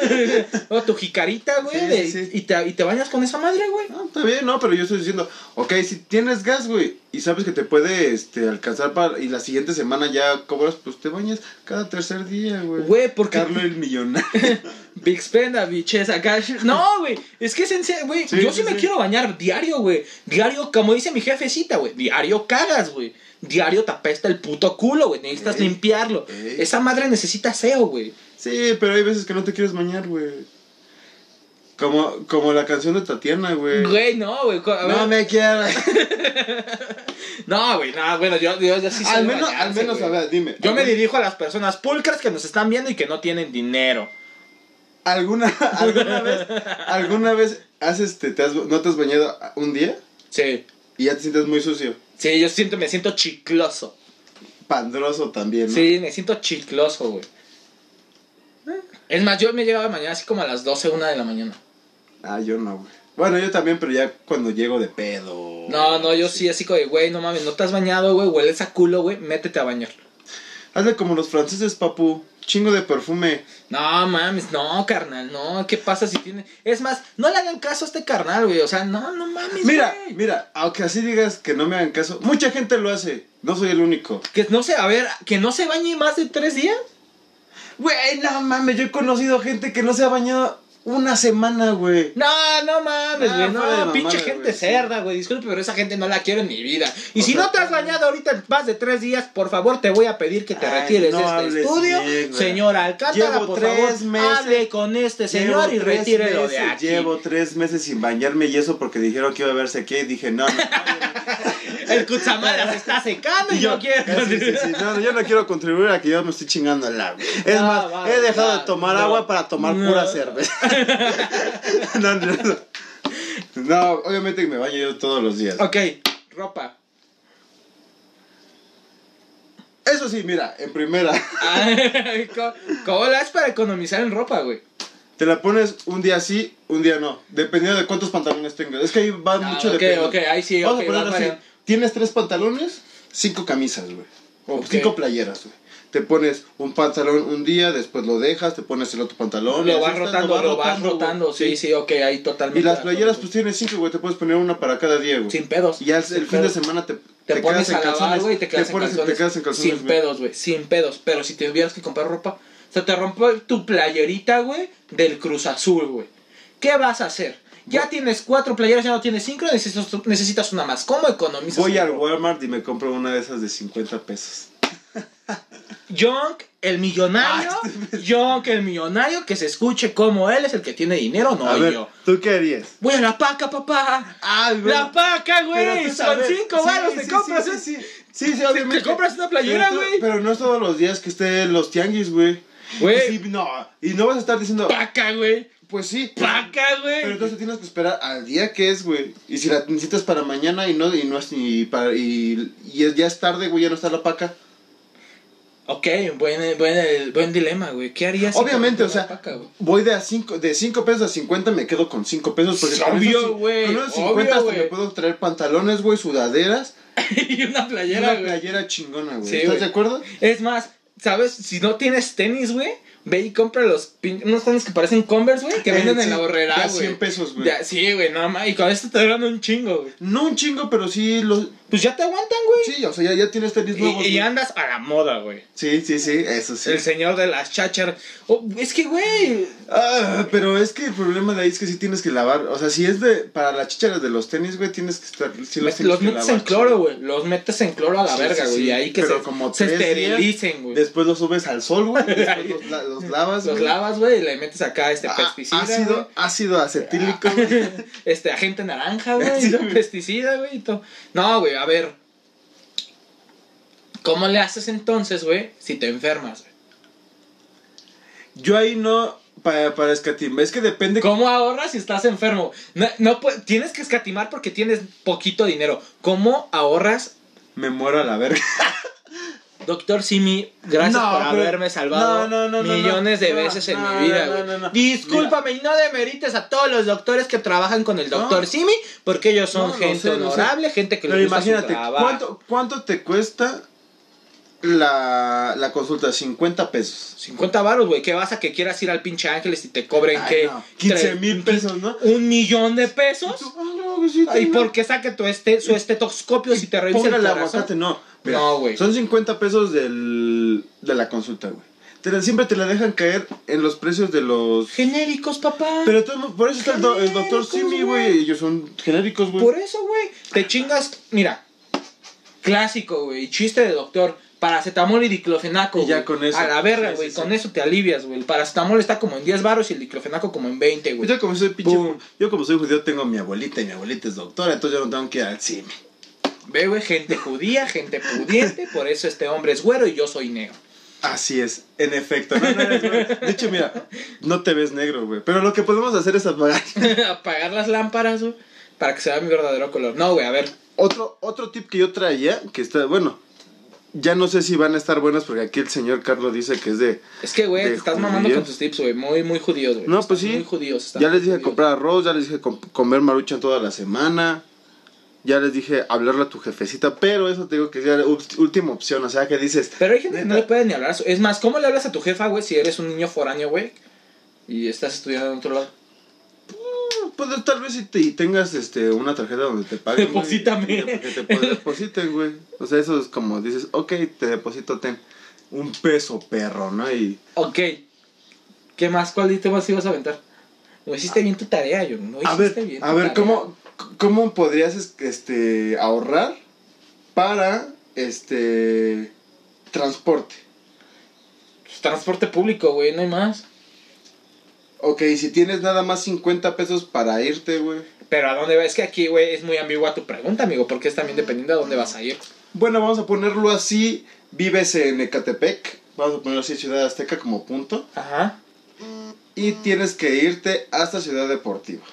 C: o tu jicarita, güey.
B: Sí, sí,
C: de-
B: sí.
C: Y, te, y te bañas con esa madre, güey.
B: <laughs> No, está bien, no, pero yo estoy diciendo, ok, si tienes gas, güey, y sabes que te puede este, alcanzar para. Y la siguiente semana ya cobras, pues te bañas cada tercer día, güey.
C: Güey, porque
B: Carlos el millonario. <laughs>
C: Big Spenda, biches, acá. No, güey. Es que es en serio, güey.
B: Sí,
C: yo sí,
B: sí,
C: me
B: sí.
C: quiero bañar diario, güey. Diario, como dice mi jefecita, güey. Diario cagas, güey. Diario te apesta el puto culo, güey. Necesitas
B: Ey,
C: limpiarlo.
B: ey.
C: Esa madre necesita aseo, güey.
B: sí, pero hay veces que no te quieres bañar, güey. Como, como la canción de Tatiana, güey.
C: Güey, no, güey. co- a ver.
B: No me <laughs> quieras.
C: No, güey, no, bueno, yo, yo, yo sí sé
B: al menos,
C: bañarse,
B: al menos, a
C: güey.
B: ver, dime.
C: Yo me
B: ¿alguna-
C: dirijo a las personas pulcras que nos están viendo y que no tienen dinero.
B: <laughs> ¿Alguna, alguna vez, alguna vez has, este, te has, no te has bañado un día
C: Sí.
B: y ya te sientes muy sucio?
C: Sí, yo siento, me siento chicloso.
B: Pandroso también, ¿no?
C: Sí, me siento chicloso, güey. Es más, yo me llegaba mañana así como a las 12, 1 de la mañana.
B: Ah, yo no, güey. Bueno, yo también, pero ya cuando llego de pedo.
C: No, no, yo sí, así como de, güey, no mames, no te has bañado, güey, hueles a culo, güey, métete a bañar.
B: Hazle como los franceses, papu. Chingo de perfume.
C: No mames, no, carnal, no, ¿qué pasa si tiene? Es más, no le hagan caso a este carnal, güey, o sea, no, no mames,
B: Mira,
C: güey.
B: mira, aunque así digas que no me hagan caso, mucha gente lo hace. No soy el único.
C: Que no sé, a ver, que no se bañe más de tres días.
B: Güey, no mames, yo he conocido gente que no se ha bañado una semana, güey.
C: No, no mames,
B: Ah,
C: güey,
B: fuera de
C: no,
B: mamada,
C: pinche
B: güey,
C: gente
B: sí.
C: cerda, güey, disculpe, pero esa gente no la quiero en mi vida. Y
B: O
C: si
B: sea,
C: no te has bañado ahorita en más de tres días, por favor, te voy a pedir que te
B: Ay,
C: retires
B: no
C: de
B: hables
C: este estudio.
B: bien, güey.
C: Señora Alcántara,
B: Llevo
C: por
B: tres
C: favor,
B: meses-
C: hable con este señor y
B: Llevo tres
C: retírelo de
B: meses,
C: aquí.
B: Llevo tres meses sin bañarme y eso porque dijeron que iba a verse aquí y
C: <laughs>
B: dije, no, no, no.
C: El Kutsamala se está secando y yo quiero. <laughs>
B: Sí, sí, sí, no, no, yo no quiero contribuir a que yo me estoy chingando el agua. Es
C: Ah,
B: más,
C: vale,
B: he dejado
C: ya,
B: de tomar
C: no.
B: agua para tomar
C: No.
B: pura cerveza. <laughs> no, no, no. No, obviamente que me baño yo todos los días.
C: Ok, ropa.
B: Es eso sí, mira, en primera.
C: Ay, <laughs> ¿Cómo, cómo la haces para economizar en ropa, güey?
B: Te la pones un día sí, un día no. Dependiendo de cuántos pantalones tengas. Es que ahí va
C: Ah,
B: mucho
C: ok,
B: de
C: ok, ahí sí,
B: Vamos
C: ok,
B: a
C: va
B: poner así.
C: variando.
B: Tienes tres pantalones, cinco camisas, güey. O
C: Ok.
B: cinco playeras, güey. Te pones un pantalón un día, después lo dejas, te pones el otro pantalón. y
C: Lo
B: así
C: vas
B: estás,
C: rotando, lo vas
B: güey.
C: rotando. Sí, sí, ok, ahí totalmente.
B: Y las
C: de
B: playeras, pues
C: acuerdo,
B: tienes cinco, güey. Te puedes poner una para cada día, güey.
C: güey. Sin pedos.
B: Y ya el,
C: sin
B: el fin de
C: pedos.
B: semana te,
C: Te, pones a lavar,
B: calzones,
C: güey, y te quedas, en
B: pones-
C: calzones.
B: te quedas en calzones,
C: Sin
B: güey.
C: pedos, güey, sin pedos. Pero si te tuvieras que comprar ropa, se te rompió tu playerita, güey, del Cruz Azul, güey. ¿Qué vas a hacer? Ya tienes cuatro playeras, ya no tienes cinco, necesitas, necesitas una más. ¿Cómo economizas?
B: Voy
C: tu
B: al
C: ropa?
B: Walmart y me compro una de esas de 50 pesos.
C: Young, el millonario.
B: Ah, <laughs> este
C: Young, el millonario, que se escuche como él es el que tiene dinero, no
B: a ver,
C: yo.
B: ¿tú qué harías?
C: Voy a la paca, papá.
B: Ah,
C: La paca, güey.
B: Pero tú
C: Son
B: sabes-
C: cinco varos,
B: sí,
C: te
B: sí,
C: compras. ¿eh?
B: sí,
C: un-
B: sí, sí, ¿eh? sí, sí, obviamente.
C: Te compras una playera,
B: Pero tú-
C: güey.
B: Pero no es todos los días que estén los tianguis, güey.
C: Güey,
B: Y sí, no, y no vas a estar diciendo,
C: paca, güey.
B: pues sí.
C: Paca,
B: Pero
C: güey.
B: entonces tienes que esperar al día que es, güey. Y si la necesitas para mañana y no, y no es ni para, y, y es, ya es tarde, güey, ya no está la paca.
C: Ok, buen, buen, buen dilema, güey. ¿Qué harías? si
B: Obviamente, o
C: compras una
B: sea,
C: paca, güey? <laughs>
B: voy de a cinco, de 5 pesos a 50 me quedo con 5 pesos. Porque con
C: Obvio,
B: esos-
C: güey,
B: Con unos
C: obvio,
B: 50 hasta
C: güey.
B: me puedo traer pantalones, güey, sudaderas.
C: y una
B: Y
C: playera,
B: una
C: güey.
B: playera chingona, güey.
C: Sí,
B: ¿Estás
C: güey.
B: de acuerdo?
C: Es más, ¿sabes? Si no tienes tenis, güey, ve y compra los pin- unos tenis que parecen Converse, güey, que
B: Eh,
C: venden en
B: sí,
C: la borrera,
B: de a
C: güey.
B: 100 pesos, güey.
C: De a- Sí, güey, nada más. Y con esto te duran un chingo, güey.
B: No un chingo, pero sí los.
C: Pues ya te aguantan, güey.
B: Sí, o sea, ya, ya tienes tenis nuevos.
C: Y, y
B: güey.
C: andas a la moda, güey.
B: Sí, sí, sí, eso sí.
C: El señor de las chácharas. Oh, es que, güey.
B: Ah, pero es que el problema de ahí es que sí tienes que lavar. O sea, si es de para las chicharas de los tenis, güey, tienes que estar. Sí los
C: Los,
B: tienes que
C: metes
B: lavar,
C: en cloro, güey. Los metes en cloro a la
B: Sí,
C: verga,
B: sí,
C: güey.
B: sí.
C: Y ahí que
B: Pero
C: se,
B: como
C: se
B: tres días
C: esterilicen, güey.
B: Después los subes al sol,
C: <laughs>
B: güey. Después los, la- los lavas.
C: Los
B: güey.
C: lavas, güey, y le metes acá este
B: Ah,
C: pesticida.
B: ácido,
C: güey. Ah.
B: ácido acetílico. güey.
C: este agente naranja, güey,
B: <laughs> Sí,
C: y todo
B: güey.
C: pesticida, güey, y todo. No, güey, a ver. ¿Cómo le haces entonces, güey, si te enfermas? güey?
B: Yo ahí no. Para, para escatimar. Es que depende.
C: ¿Cómo ahorras si estás enfermo? No, no pu- tienes que escatimar porque tienes poquito dinero. ¿Cómo ahorras?
B: Me muero a la verga.
C: Doctor Simi, gracias
B: No,
C: por
B: pero-
C: haberme salvado
B: no, no, no, no,
C: millones de
B: no,
C: veces en
B: no,
C: mi vida,
B: no,
C: güey.
B: no, no.
C: Discúlpame y no demerites a todos los doctores que trabajan con el doctor
B: No.
C: Simi, porque ellos son
B: No, lo
C: gente
B: sé, lo sé.
C: honorable, gente que
B: Pero
C: le gusta su
B: imagínate,
C: trabajo.
B: ¿cuánto, ¿cuánto te cuesta la, la consulta? 50 pesos.
C: 50 varos, güey. ¿Qué vas a que quieras ir al pinche Ángeles y te cobren
B: Ay,
C: que
B: no, 15 mil pesos, ¿no?
C: un millón de pesos.
B: pues
C: ¿Y por
B: por
C: qué saque tu este, su estetoscopio si te revisa
B: Póngale
C: el
B: el
C: corazón?
B: aguacate, no. Mira,
C: No, güey.
B: Son 50 pesos del, de la consulta, güey. Te la- siempre te la dejan caer en los precios de los.
C: Genéricos, papá.
B: Pero de todos modos, por eso está el, do- el doctor
C: Genéricos,
B: Simi,
C: güey.
B: güey. Ellos son genéricos, güey.
C: Por eso, güey. Te chingas. Mira. Clásico, güey. Chiste de doctor. Paracetamol y diclofenaco.
B: Y ya
C: güey.
B: con eso.
C: A la verga,
B: Sí,
C: güey.
B: sí,
C: con
B: sí.
C: eso te alivias, güey. El paracetamol está como en 10 varos y el diclofenaco como en 20, güey.
B: Yo como soy pinche.
C: Pum.
B: Yo como soy judío tengo a mi abuelita y mi abuelita es doctora, entonces yo no tengo que ir al cine.
C: Ve, güey. Gente judía, gente pudiente. Por eso este hombre es güero y yo soy negro. <laughs>
B: Así es, en efecto. No, no eres güero. De hecho, mira, no te ves negro, güey. Pero lo que podemos hacer es apagar.
C: apagar las lámparas, güey, para que se vea mi verdadero color. No, güey, a ver.
B: Otro, otro tip que yo traía, que está, bueno, ya no sé si van a estar buenas porque aquí el señor Carlos dice que es de...
C: Es que, güey,
B: De
C: te estás mamando
B: judíos.
C: con tus tips, güey. Muy, muy judíos, güey.
B: No,
C: Estás
B: pues sí.
C: Muy judíos. estás
B: Ya
C: muy
B: les dije
C: judíos.
B: comprar arroz, ya les dije com- comer maruchan toda la semana, ya les dije hablarle a tu jefecita, pero eso te digo que es ya la ult- última opción, o sea que dices...
C: Pero hay gente que no
B: Neta.
C: le puede ni hablar. a su- Es más, ¿cómo le hablas a tu jefa, güey, si eres un niño foráneo, güey? Y estás estudiando en otro lado.
B: Pues tal vez si te- y tengas este, una tarjeta donde te paguen. güey,
C: Deposítame.
B: y te- Que te pues, depositen, güey. O sea, eso es como dices, ok, te deposito, ten un peso, perro, ¿no? Y
C: Ok. ¿Qué más? ¿Cuál tema sí vas a aventar? No hiciste bien tu tarea, yo. No
B: a
C: hiciste
B: ver,
C: bien.
B: a
C: tu
B: ver,
C: tarea.
B: ¿cómo, cómo podrías es- este, ahorrar para este transporte?
C: Pues, Transporte público, güey, no hay más.
B: Ok, si tienes nada más 50 pesos para irte, güey.
C: Pero a dónde vas? Es que aquí, güey, es muy ambigua tu pregunta, amigo, porque es también dependiendo a dónde vas a ir.
B: Bueno, vamos a ponerlo así, vives en Ecatepec, vamos a ponerlo así, Ciudad Azteca como punto.
C: Ajá.
B: Y tienes que irte hasta Ciudad Deportiva.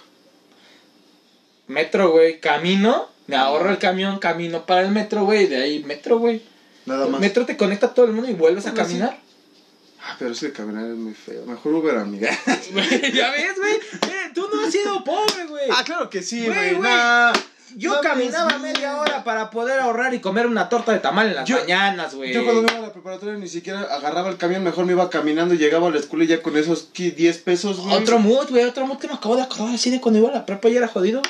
C: Metro, güey, camino. Me ahorro el camión, camino para el metro, güey. De ahí, metro, güey.
B: Nada más.
C: Metro te conecta a todo el mundo y vuelves a
B: Bueno, sí.
C: caminar.
B: Ah, pero ese de caminar es muy feo. Mejor Uber, amiga.
C: Güey, <laughs> ya ves, güey. Eh, Tú no has sido pobre, güey.
B: <laughs> ah, claro que sí,
C: Güey,
B: güey.
C: güey.
B: nah.
C: Yo
B: mames,
C: caminaba
B: güey.
C: media hora para poder ahorrar y comer una torta de tamal en las
B: Yo-
C: mañanas, güey.
B: Yo cuando me iba a la preparatoria ni siquiera agarraba el camión, mejor me iba caminando, llegaba a la escuela y ya con esos ¿qué? 10 pesos, güey.
C: Otro mood, güey, otro mood que me acabo de acordar así de cuando iba a la prepa y era jodido.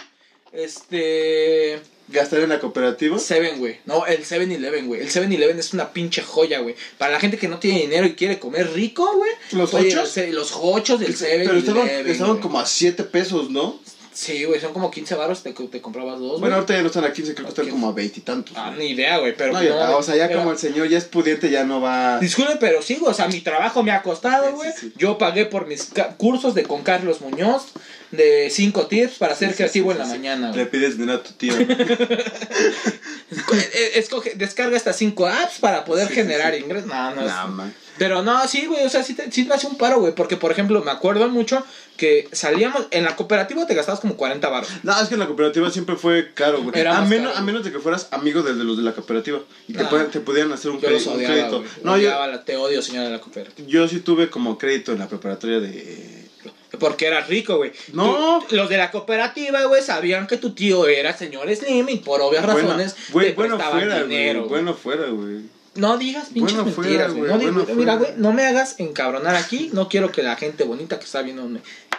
C: Este.
B: Gastar en la cooperativa.
C: Seven, güey. No, el 7-Eleven, güey. El 7-Eleven es una pinche joya, güey. Para la gente que no tiene dinero y quiere comer rico, güey.
B: ¿Los
C: Oye,
B: ochos?
C: el se- Los hochos del 7-Eleven.
B: Pero estaban,
C: güey.
B: estaban como a 7 pesos, ¿no?
C: Sí, güey, son como 15 baros, te, co- te comprabas dos,
B: Bueno,
C: güey.
B: ahorita ya no están a 15, creo que están
C: Ok.
B: como a 20 y tantos.
C: Ah,
B: güey.
C: ni idea, güey, pero.
B: No, ya,
C: no,
B: o sea, ya
C: pero-
B: como el señor ya es pudiente, ya no va.
C: Disculpe, pero sí, güey, o sea, mi trabajo me ha
B: Sí,
C: costado,
B: sí,
C: güey.
B: sí.
C: Yo pagué por mis ca- cursos de con Carlos Muñoz de 5 tips para ser creativo en la mañana,
B: Le
C: güey.
B: pides dinero a
C: <laughs>
B: tu tío.
C: Esco- eh, Escoge, descarga estas 5 apps para poder
B: Sí, sí,
C: generar
B: sí.
C: ingresos. No, no, es-
B: nah, man.
C: Pero no, sí, güey, o sea, sí, te, sí me hace un paro, güey, porque por ejemplo, me acuerdo mucho que salíamos, en la cooperativa te gastabas como 40 baros.
B: No, es que en la cooperativa siempre fue caro, güey.
C: Era
B: A
C: más
B: menos,
C: caro,
B: a
C: güey.
B: menos de que fueras amigo de, de los de la cooperativa. Y te,
C: Nah.
B: pueden- te podían hacer un,
C: Yo los
B: crédito- un
C: odiaba,
B: crédito.
C: güey.
B: No,
C: odiaba
B: yo,
C: la, te odio, señora de la cooperativa.
B: yo sí tuve como crédito en la preparatoria de.
C: Porque era rico, güey.
B: No.
C: Tú- los de la cooperativa, güey, sabían que tu tío era señor Slim y por obvias
B: Bueno,
C: razones
B: güey,
C: te prestaban
B: güey,
C: dinero. güey.
B: Bueno fuera, güey.
C: No digas pinches
B: Bueno, fuera,
C: mentiras, güey.
B: güey,
C: No digas-
B: bueno,
C: mira,
B: fuera.
C: güey, no me hagas encabronar aquí. No quiero que la gente bonita que está viendo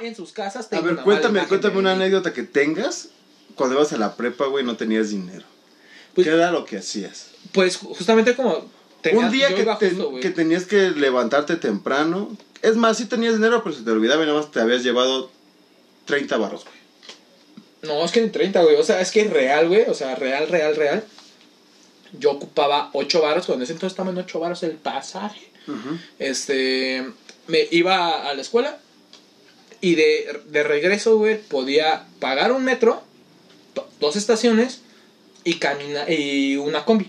C: en sus casas
B: A
C: tenga
B: ver,
C: una mala
B: cuéntame,
C: imagen
B: cuéntame
C: de
B: una
C: mí.
B: anécdota que tengas cuando ibas a la prepa, güey, no tenías dinero.
C: Pues-
B: ¿Qué era lo que hacías?
C: Pues justamente como
B: un día
C: yo
B: que,
C: iba
B: te-
C: justo, güey.
B: que tenías que levantarte temprano. Es más, sí tenías dinero, pero se te olvidaba y nada más te habías llevado 30 barros, güey.
C: No, es que en 30, güey. O sea, es que es real, güey. O sea, real, real, real. Yo ocupaba 8 varos. Cuando en ese entonces estaba en 8 varos el pasaje. Este. Me iba a la escuela. Y de, de regreso, güey, podía pagar un metro, do- dos estaciones y camina y una combi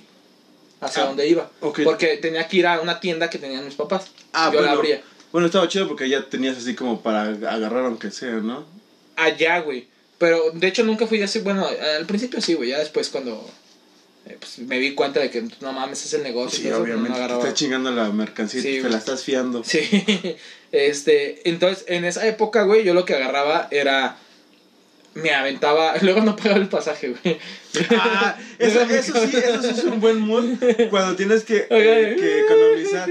C: hacia
B: Ah,
C: donde iba.
B: ok.
C: Porque tenía que ir a una tienda que tenían mis papás.
B: Ah,
C: Yo la
B: bueno.
C: abría.
B: Bueno, estaba chido porque ya tenías así como para agarrar aunque sea, ¿no?
C: allá, güey. Pero de hecho nunca fui así, bueno, al principio sí, güey, ya después cuando eh, pues, me di cuenta de que no mames es el negocio,
B: Sí,
C: y todo eso, pues,
B: obviamente.
C: no
B: Te
C: agarraba.
B: está chingando la mercancía,
C: Sí,
B: te
C: güey.
B: la estás fiando.
C: Sí, este, entonces en esa época, güey, yo lo que agarraba era, me aventaba, <laughs> luego no pagaba el pasaje, güey.
B: <laughs> Ah, eso,
C: Déjame
B: eso sí, eso sí es un buen mood cuando tienes que, eh,
C: Ok.
B: que economizar.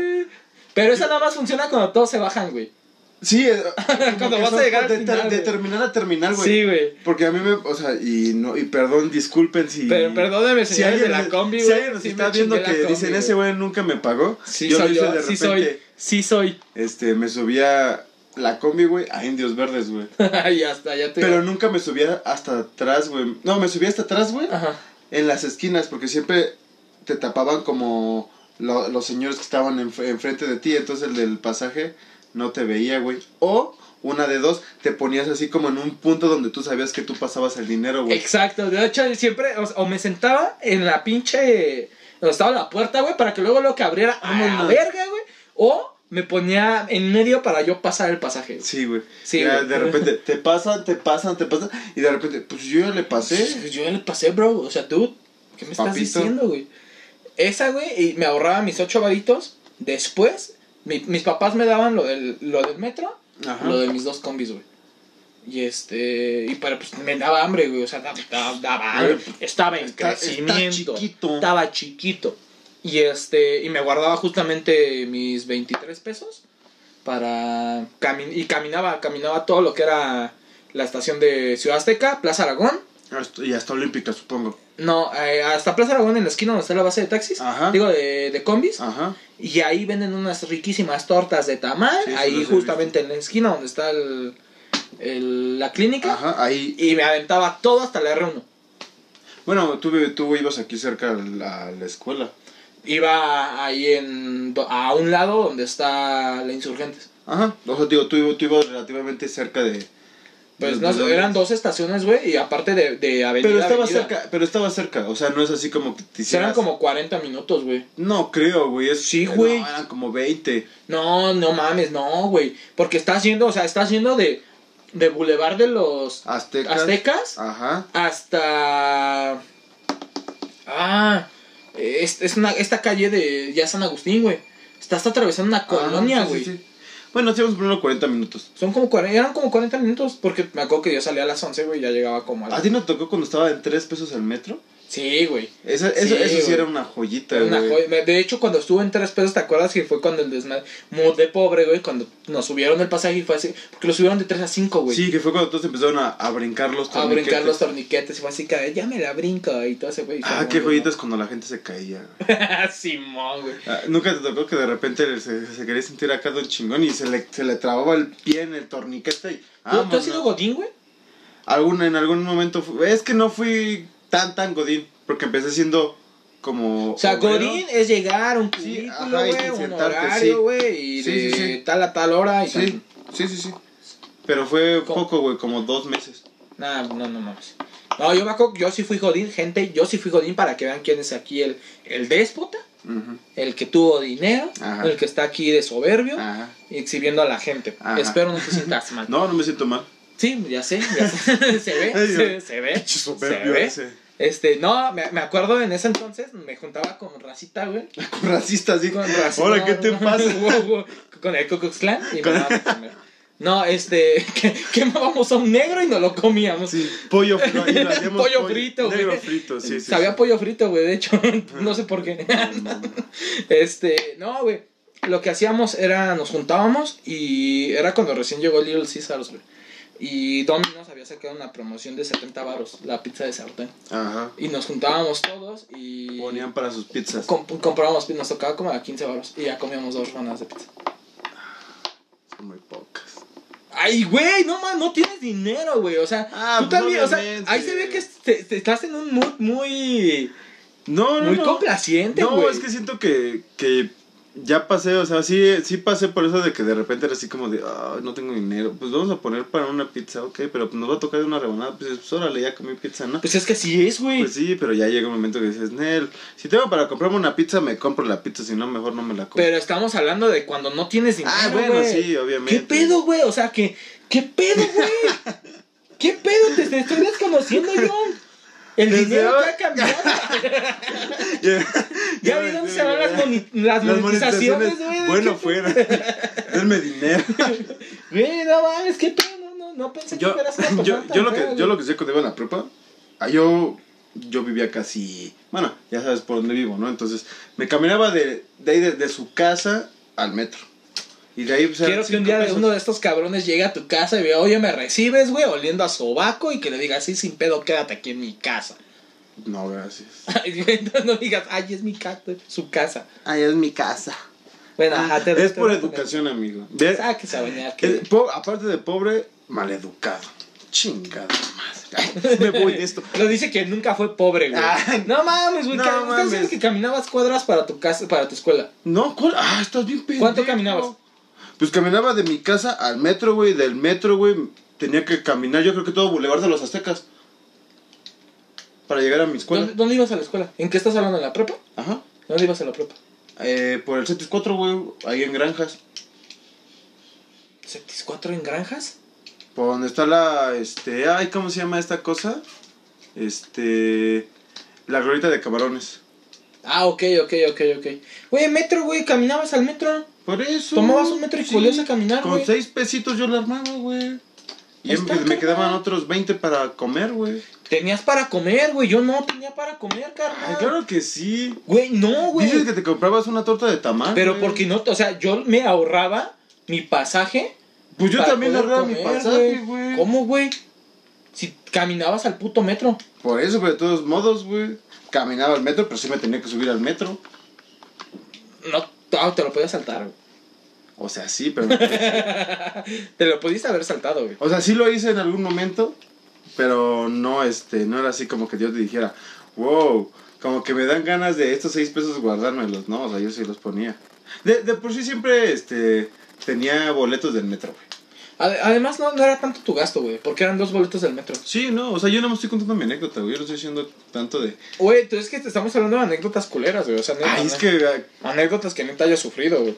C: Pero esa nada más funciona cuando todos se bajan, güey. <laughs>
B: Sí, eh, como
C: Cuando
B: que
C: vas a
B: son
C: llegar al
B: de,
C: final,
B: ter- de
C: güey.
B: terminal a terminal, güey.
C: Sí, güey.
B: Porque a mí me, o sea, y no, y perdón, disculpen si.
C: Pero perdóname,
B: si
C: señores de
B: alguien,
C: la combi,
B: si
C: güey,
B: alguien nos
C: sí
B: está
C: me
B: viendo
C: chingué
B: que
C: la combi,
B: dicen
C: güey.
B: ese güey nunca me pagó,
C: Sí
B: yo lo
C: soy
B: hice
C: yo,
B: de
C: sí
B: repente,
C: soy, sí soy. <laughs>
B: este, me subía la combi, güey, a Indios Verdes, güey.
C: Ay, hasta ya te...
B: Pero nunca me subía hasta atrás, güey. No, me subía hasta atrás, güey,
C: Ajá.
B: en las esquinas, porque siempre te tapaban como lo- los señores que estaban enf- enfrente de ti, entonces el del pasaje no te veía, güey. O una de dos, te ponías así como en un punto donde tú sabías que tú pasabas el dinero, güey.
C: Exacto, de hecho siempre o, o me sentaba en la pinche donde estaba la puerta, güey, para que luego lo que abriera a la
B: Vámonos.
C: verga, güey, o me ponía en medio para yo pasar el pasaje. güey.
B: Sí, güey.
C: Sí,
B: Ya,
C: güey.
B: de repente te pasan, te pasan, te pasan. Y de repente, pues yo ya le pasé.
C: Pues Yo ya le pasé, bro, o sea, tú ¿qué me estás
B: Papito.
C: diciendo, güey? Esa, güey, y me ahorraba mis ocho varitos. Después, mi- mis papás me daban lo del, lo del metro,
B: Ajá.
C: lo de mis dos combis, güey. Y este, y pero pues me daba hambre, güey, o sea, daba, daba- daba hambre.
B: Güey,
C: Estaba en
B: está- está
C: crecimiento.
B: chiquito.
C: Estaba chiquito. Y este, y me guardaba justamente mis 23 pesos para cami- y caminaba, caminaba todo lo que era la estación de Ciudad Azteca, Plaza Aragón.
B: Hasta- Y hasta olímpica, supongo.
C: No, eh, hasta Plaza Aragón en la esquina donde está la base de taxis,
B: Ajá. Ah.
C: digo de, de combis,
B: Ajá.
C: y ahí venden unas riquísimas tortas de tamal,
B: Sí, eso
C: ahí
B: los he
C: justamente en la esquina donde está el- el- la clínica,
B: Ajá, ahí.
C: y me aventaba todo hasta la R1.
B: Bueno, tú, vi- tú ibas aquí cerca a la, a la escuela.
C: Iba ahí en, do- a un lado donde está la Insurgentes.
B: Ajá. O sea, digo, tú, tú ibas relativamente cerca de.
C: Pues
B: de-
C: no,
B: de
C: sé,
B: donde-
C: eran dos estaciones, güey, y aparte de, de avenida.
B: Pero estaba
C: avenida.
B: cerca, pero estaba cerca. O sea, no es así como que te
C: Sí, Eran
B: hicieras-
C: como 40 minutos, güey.
B: No creo, güey. es-
C: Sí, güey.
B: No, eran como 20.
C: No, no mames, no, güey. Porque estás yendo, o sea, estás yendo de, de Boulevard de
B: Ah,
C: los
B: Aztecas.
C: Aztecas
B: Ajá.
C: hasta. Ah, eh, es, es una, esta calle de ya San Agustín, güey. Estás atravesando una colonia,
B: Ah, sí,
C: güey.
B: sí, sí. Bueno, nos llevamos primero 40 minutos.
C: Son como 40, eran como 40 minutos, porque me acuerdo que yo salía a las 11, güey, y ya llegaba como a
B: ¿A
C: las...
B: ti no te tocó cuando estaba en 3 pesos el metro?
C: Sí, güey.
B: Esa- eso,
C: Sí,
B: eso sí
C: güey.
B: era una joyita,
C: Era una
B: güey.
C: joya. De hecho, cuando estuve en tres pesos, ¿te acuerdas que fue cuando el desmadre? de pobre, güey, cuando nos subieron el pasaje y fue así. Porque lo subieron de 3 a 5, güey.
B: Sí, que fue cuando todos empezaron a, a brincar los
C: a brincar
B: torniquetes.
C: los torniquetes y fue así, cada ya me la brinco y todo ese güey.
B: Ah, qué joyitas cuando la gente se caía. güey.
C: <laughs> Simón, güey.
B: Ah, Nunca te tocó que de repente se, se quería sentir acá de un chingón y se le, se le trababa el pie en el torniquete. Y,
C: ¿Tú, tú
B: vámonos.
C: has sido Godín, güey?
B: Algún- en algún momento fu- es que no fui tan tan godín porque empecé siendo como
C: O sea,
B: obrero.
C: Godín es llegar a un
B: Sí,
C: cubículo,
B: ajá, y
C: güey, un
B: sentarte, sí.
C: horario, güey, y
B: Sí,
C: de
B: sí, sí.
C: tal a tal hora y
B: sí sí sí sí pero fue
C: ¿Cómo?
B: poco güey como dos meses
C: Nah, no, no mames. No, yo me acuerdo, que yo sí fui Godín, gente, yo sí fui Godín para que vean quién es aquí el, el déspota,
B: Ujú.
C: el que tuvo dinero,
B: Ajá.
C: el que está aquí de soberbio,
B: Ajá.
C: exhibiendo a la gente.
B: Ajá.
C: Espero no te
B: <laughs>
C: sientas mal.
B: no no me siento mal
C: Sí, ya sé, ya
B: <laughs>
C: sé. <laughs> se ve,
B: Ay,
C: se,
B: Dios.
C: se ve. Se
B: Pinche soberbio
C: ve.
B: ese.
C: Este, no, me, me acuerdo en ese entonces, me juntaba con Racita, güey.
B: Con racista así
C: Con Racita.
B: ahora
C: <laughs>
B: qué te pasa
C: Wow, wow. Con el Ku Klux Klan y me daba de comer. No, este, <laughs> que- quemábamos a un negro y nos lo comíamos.
B: sí pollo frito y lo hacíamos
C: Pollo frito, güey.
B: negro frito sí sí
C: Sabía
B: sí. Mm.
C: pollo frito, güey, de hecho, <laughs> no sé por qué.
B: No, no, no.
C: Este, no, güey. Lo que hacíamos era, nos juntábamos y era cuando recién llegó Little Caesars, güey. Y Domino's había sacado una promoción de 70 varos, la pizza de sartén.
B: ajá
C: Y nos juntábamos todos y
B: ponían para sus pizzas
C: com- comprábamos, nos tocaba como a 15 varos y ya comíamos dos rebanadas de pizza.
B: son muy pocas
C: Ay, güey, no más, no tienes dinero, güey. O sea,
B: Ah,
C: tú
B: pues,
C: también, o sea,
B: obviamente.
C: ahí se ve que te, te estás en un mood muy,
B: no no
C: muy
B: no
C: complaciente,
B: No,
C: güey.
B: es que siento que, que ya pasé, o sea, sí, sí pasé por eso de que de repente era así como de, "Ah, no tengo dinero, pues vamos a poner para una pizza, ok, pero nos va a tocar de una rebanada, pues, pues, órale, ya comí pizza, ¿no?
C: Pues es que así es, güey.
B: Pues sí, pero ya llega un momento que dices, Nel, si tengo para comprarme una pizza, me compro la pizza, si no, mejor no me la compro.
C: Pero estamos hablando de cuando no tienes dinero.
B: ah, bueno,
C: güey.
B: sí, obviamente.
C: ¿Qué pedo, güey? O sea, que. ¿Qué pedo, güey? ¿Qué pedo? Te, te estoy desconociendo, John. El
B: Desde
C: dinero
B: hoy-
C: te ha
B: <laughs>
C: cambiado.
B: <laughs> Ya-
C: ya
B: ya
C: vi
B: me
C: dónde
B: entiendo,
C: se van las,
B: ya.
C: moni- las
B: Las
C: monetizaciones, güey.
B: Bueno, fuera. <laughs> Denme dinero.
C: Güey, no mames, qué pedo. No, no, no pensé que
B: yo,
C: fueras una
B: <laughs> yo,
C: persona tan
B: yo lo
C: fea,
B: que yo
C: güey.
B: lo que sé cuando iba en la prepa ah, yo yo vivía casi bueno ya sabes por dónde vivo no entonces me caminaba de, de ahí de, de su casa al metro y de ahí pues, eran
C: Quiero que un
B: cinco
C: día de
B: pesos.
C: uno de estos cabrones llegue a tu casa y vea, oye, me recibes, güey, oliendo a sobaco y que le diga, sí, sin pedo, quédate aquí en mi casa. <laughs>
B: no gracias
C: Y entonces no digas, ay, es mi casa, su casa.
B: ahí es mi casa
C: Bueno, ajá, te-
B: Ah, es
C: te-
B: por
C: te-
B: educación amigo De-
C: Sáquese a bañar. que-
B: es po- aparte de pobre maleducado chingada madre Ay, me voy de esto
C: Lo dice que nunca fue pobre, güey.
B: Ay,
C: <laughs> no mames, güey.
B: Ah, no
C: No ¿Estás
B: mames.
C: diciendo que caminabas cuadras para tu casa, para tu escuela?
B: No, ¿cuál? Ah, estás bien pendejo.
C: ¿Cuánto caminabas?
B: Pues caminaba de mi casa al metro, güey. Del metro, güey, tenía que caminar, yo creo que todo Boulevard de los Aztecas. Para llegar a mi escuela.
C: ¿Dónde, dónde ibas a la escuela? ¿En qué estás hablando? ¿En la prepa?
B: Ajá.
C: ¿Dónde ibas a la prepa?
B: Eh, por el 74, güey, ahí en Granjas.
C: ¿74 en granjas?
B: Por donde está la, este, ay, ¿cómo se llama esta cosa? Este, la glorita de camarones.
C: Ah, ok, ok, ok, ok. Güey, metro, güey, caminabas al metro.
B: Por eso.
C: Tomabas un metro y volvías a caminar,
B: Con
C: güey.
B: seis pesitos yo la armaba, güey. Y
C: Está
B: me- me
C: cabrón.
B: quedaban otros 20 para comer, güey.
C: Tenías para comer, güey. Yo no tenía para comer,
B: Ay,
C: carnal.
B: claro que sí.
C: Güey, no, güey.
B: Dices que te comprabas una torta de tamal.
C: Pero
B: güey.
C: porque no, o sea, yo me ahorraba mi pasaje
B: Pues yo
C: para
B: también
C: poder
B: ahorraba mi
C: comer,
B: pasaje, güey.
C: ¿Cómo, güey? Si caminabas al puto metro.
B: Por eso, pero de todos modos, güey. Caminaba al metro, pero sí me tenía que subir al metro.
C: No, ah, te lo podías saltar, güey.
B: O sea, sí, pero. <laughs>
C: Te lo pudiste haber saltado, güey.
B: o sea, sí lo hice en algún momento. Pero no, este, no era así como que yo te dijera, wow, como que me dan ganas de estos seis pesos guardármelos, ¿no? O sea, yo sí los ponía. De, de por sí siempre, este, tenía boletos del metro, güey.
C: Ade- Además, no, no era tanto tu gasto, güey, porque eran dos boletos del metro.
B: Sí, no, o sea, yo no me estoy contando mi anécdota, güey. Yo no estoy diciendo tanto de.
C: Güey, tú es que te estamos hablando de anécdotas culeras, güey. O sea, neta,
B: Ay, es
C: neta.
B: que. ah,
C: anécdotas que neta haya sufrido, güey.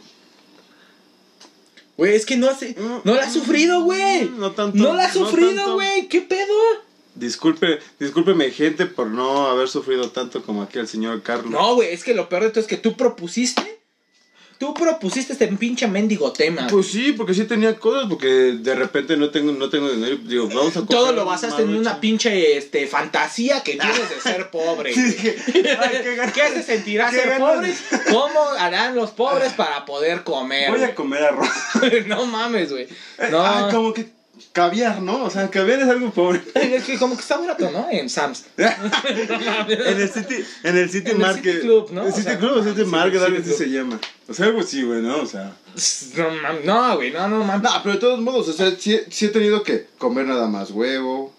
C: Güey, es que no, hace, no la has sufrido, güey.
B: Mm, No tanto.
C: No la has sufrido,
B: tanto.
C: güey. ¿Qué pedo?
B: Disculpe, discúlpeme gente por no haber sufrido tanto como aquí el señor Carlos.
C: No, güey, es que lo peor de todo es que tú propusiste. Tú propusiste este pinche mendigo tema. güey.
B: Pues sí, porque sí tenía cosas, porque de repente no tengo, no tengo dinero. Digo, vamos a
C: todo
B: comprar
C: lo
B: un
C: basaste en
B: maruchan. <laughs>
C: una pinche este, fantasía que tienes de ser pobre.
B: Sí,
C: güey.
B: dije, ay,
C: <laughs>
B: qué ganas.
C: ¿Qué se sentirá
B: qué
C: ser
B: ganas. Ah.
C: pobre? ¿Cómo harán los pobres para poder comer?
B: Voy a comer arroz.
C: no mames, <laughs> güey.
B: Eh,
C: No.
B: Ah, como que caviar, ¿no? O sea, caviar es algo pobre.
C: <laughs> Es que como que está barato, ¿no? En
B: <laughs>
C: Sam's. No mames.
B: En el City, en el City
C: En el
B: Market.
C: City Club, ¿no?
B: El
C: O
B: City
C: sea, ah,
B: Club, o City
C: sí,
B: Market,
C: City
B: algo así
C: Club.
B: se llama. O sea, algo así, güey, ¿no? O sea.
C: <laughs> No mames. No, güey, no, no mames.
B: No, pero de todos modos, o sea, sí, he- sí he tenido que comer nada más huevo.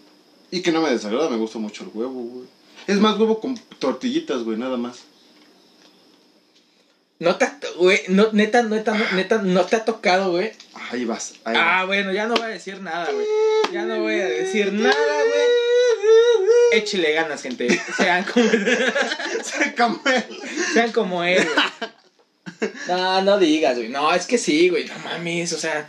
B: Y que no me desagrada, me gusta mucho el huevo, güey. Es más huevo con tortillitas, güey, nada más.
C: No te, ha- güey, no, neta, neta, no- neta, no te ha tocado, güey.
B: Ahí vas, ahí
C: Ah,
B: vas.
C: bueno, ya no voy a decir nada, güey. Ya no voy a decir nada, güey. Échele ganas, gente. Sean como,
B: <laughs> Se come.
C: sean como él, güey. <laughs> No, no digas, güey. No, es que sí, güey. No mames, o sea.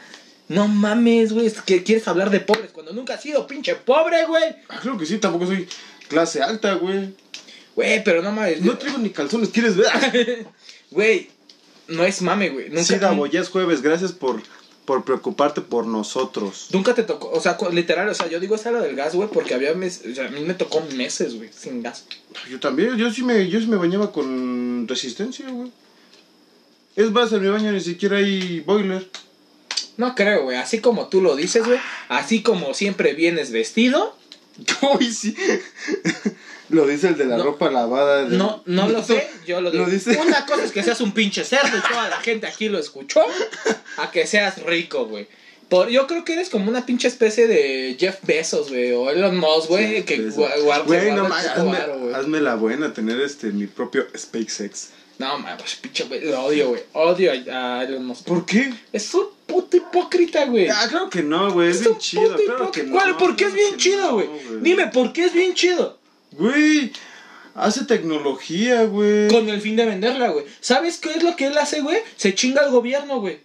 C: No mames, güey. Es que quieres hablar de pobres cuando nunca has sido pinche pobre, güey.
B: Ah, Creo que sí, tampoco soy clase alta, güey.
C: Güey, pero no mames.
B: No traigo ni calzones, ¿quieres ver?
C: <laughs> Güey, no es mame, güey. Nunca,
B: Sí, Davo, ya es jueves, gracias por, por preocuparte por nosotros.
C: Nunca te tocó, o sea, cu- literal, o sea, yo digo esa era del gas, güey, porque había mes, o sea, a mí me tocó meses, güey, sin gas.
B: Yo también, yo sí me, yo sí me bañaba con resistencia, güey. Es más, en mi baño ni siquiera hay boiler.
C: No creo, güey, así como tú lo dices, güey, así como siempre vienes vestido,
B: <laughs> Uy, sí. Lo dice el de la
C: No.
B: ropa lavada. de-
C: no, no lo sé,
B: <laughs>
C: yo lo digo.
B: Lo dice.
C: Una cosa es que seas un pinche cerdo y toda la gente aquí lo escuchó, a que seas rico, güey. Por, yo creo que eres como una pinche especie de Jeff Bezos, güey, o Elon Musk, güey,
B: Sí,
C: que
B: sí, sí.
C: gua- guarda,
B: Güey, no
C: guarda
B: mames,
C: el puto varo,
B: hazme,
C: güey.
B: hazme la buena, tener este mi propio SpaceX.
C: No, mames, pinche, güey, lo odio, güey, odio a, a Elon Musk.
B: ¿Por qué?
C: Es un puto hipócrita, güey.
B: Ah, claro que no, güey. Es,
C: Es un
B: bien chido.
C: puto
B: Claro que
C: hipócrita.
B: no.
C: ¿Cuál? ¿Por qué es
B: claro
C: bien
B: que
C: chido,
B: no,
C: güey? Dime, ¿por qué es bien chido?
B: Güey, hace tecnología, güey.
C: Con el fin de venderla, güey. ¿Sabes qué es lo que él hace, güey? Se chinga al gobierno, güey.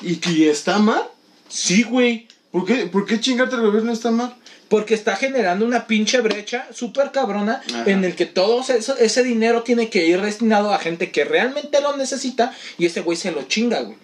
B: ¿Y que está mal?
C: Sí, güey.
B: ¿Por qué, ¿Por qué chingarte el gobierno está mal?
C: Porque está generando una pinche brecha súper cabrona
B: Ajá.
C: en el que todo eso- ese dinero tiene que ir destinado a gente que realmente lo necesita y ese güey se lo chinga, güey.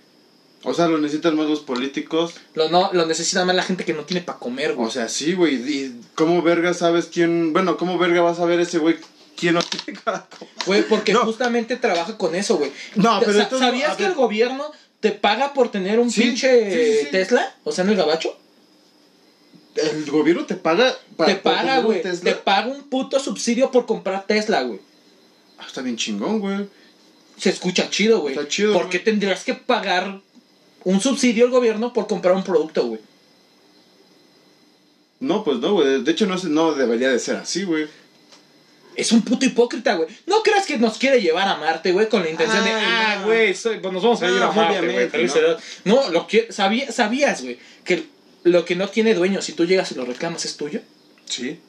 B: O sea, lo necesitan más los políticos.
C: Lo, no, lo necesita más la gente que no tiene para comer, güey.
B: O sea, sí, güey. ¿Y cómo verga sabes quién? Bueno, ¿cómo verga vas a ver ese güey quién no <laughs> tiene para comer?
C: Güey, porque
B: No.
C: justamente trabaja con eso, güey.
B: No, pero
C: Sa-
B: entonces-
C: ¿Sabías
B: a
C: que
B: ver.
C: el gobierno te paga por tener un
B: Sí,
C: pinche
B: sí, sí, sí.
C: Tesla? O sea, en el gabacho.
B: El gobierno te paga para
C: te paga,
B: tener un
C: güey.
B: Tesla?
C: Te paga un puto subsidio por comprar Tesla, güey.
B: Ah, está bien chingón, güey.
C: Se escucha chido, güey.
B: Está chido,
C: ¿Por
B: güey.
C: qué tendrías que pagar un subsidio al gobierno por comprar un producto, güey?
B: No, pues no, güey. De hecho, no, es- no debería de ser así, güey.
C: Es un puto hipócrita, güey. ¿No creas que nos quiere llevar a Marte, güey, con la intención de,
B: Ay,
C: ah,
B: no.
C: güey, soy- pues nos vamos a
B: No,
C: ir a Marte,
B: obviamente,
C: güey. felicidad". No, lo que, sabía, sabías, güey, que lo que no tiene dueño, si tú llegas y lo reclamas, es tuyo.
B: Sí.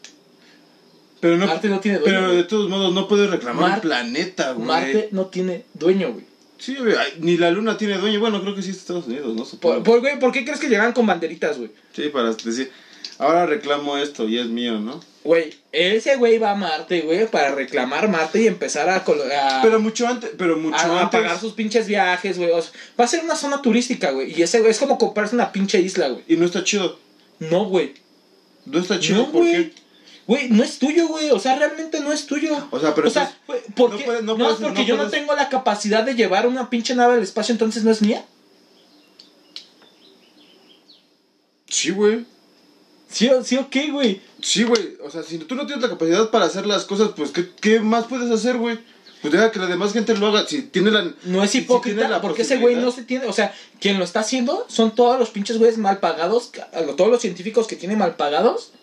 B: Pero no.
C: Marte no tiene dueño.
B: pero
C: güey.
B: de todos modos, no puedes reclamar
C: Mar-
B: un planeta, güey.
C: Marte no tiene dueño, güey.
B: Sí, güey. ay, Ni la luna tiene dueño. Bueno, creo que sí, Estados Unidos, ¿no?
C: Por,
B: Supongo.
C: por- güey, ¿por qué crees que llegan con banderitas, güey?
B: Sí, para decir. Ahora reclamo esto y es mío, ¿no?
C: Güey, ese güey va a Marte, güey, para reclamar Marte y empezar a, colo- a,
B: Pero mucho antes. Pero mucho
C: Ah. a- a
B: antes.
C: pagar sus pinches viajes, güey. O sea, va a ser una zona turística, güey. Y ese güey es como comprarse una pinche isla, güey.
B: Y no está chido.
C: No, güey.
B: No está chido
C: No,
B: porque.
C: güey. Güey, no es tuyo, güey. O sea, realmente no es tuyo.
B: O sea, pero
C: O sea,
B: entonces,
C: güey, ¿por
B: no
C: qué?
B: puedes- no
C: no,
B: puedes-
C: es porque
B: no
C: yo no
B: puedes-
C: tengo la capacidad de llevar una pinche nave al espacio, entonces no es mía.
B: Sí, güey.
C: Sí, o- sí, ok, güey.
B: Sí, güey. O sea, si tú no tienes la capacidad para hacer las cosas, pues, ¿qué, qué más puedes hacer, güey? Pues deja que la demás gente lo haga. Si tiene la. eh,
C: No es
B: si
C: hipócrita
B: tiene la
C: porque ese güey no
B: posibilidad.
C: se tiene. O sea, quien lo está haciendo son todos los pinches güeyes mal pagados, que- todos los científicos que tienen mal pagados.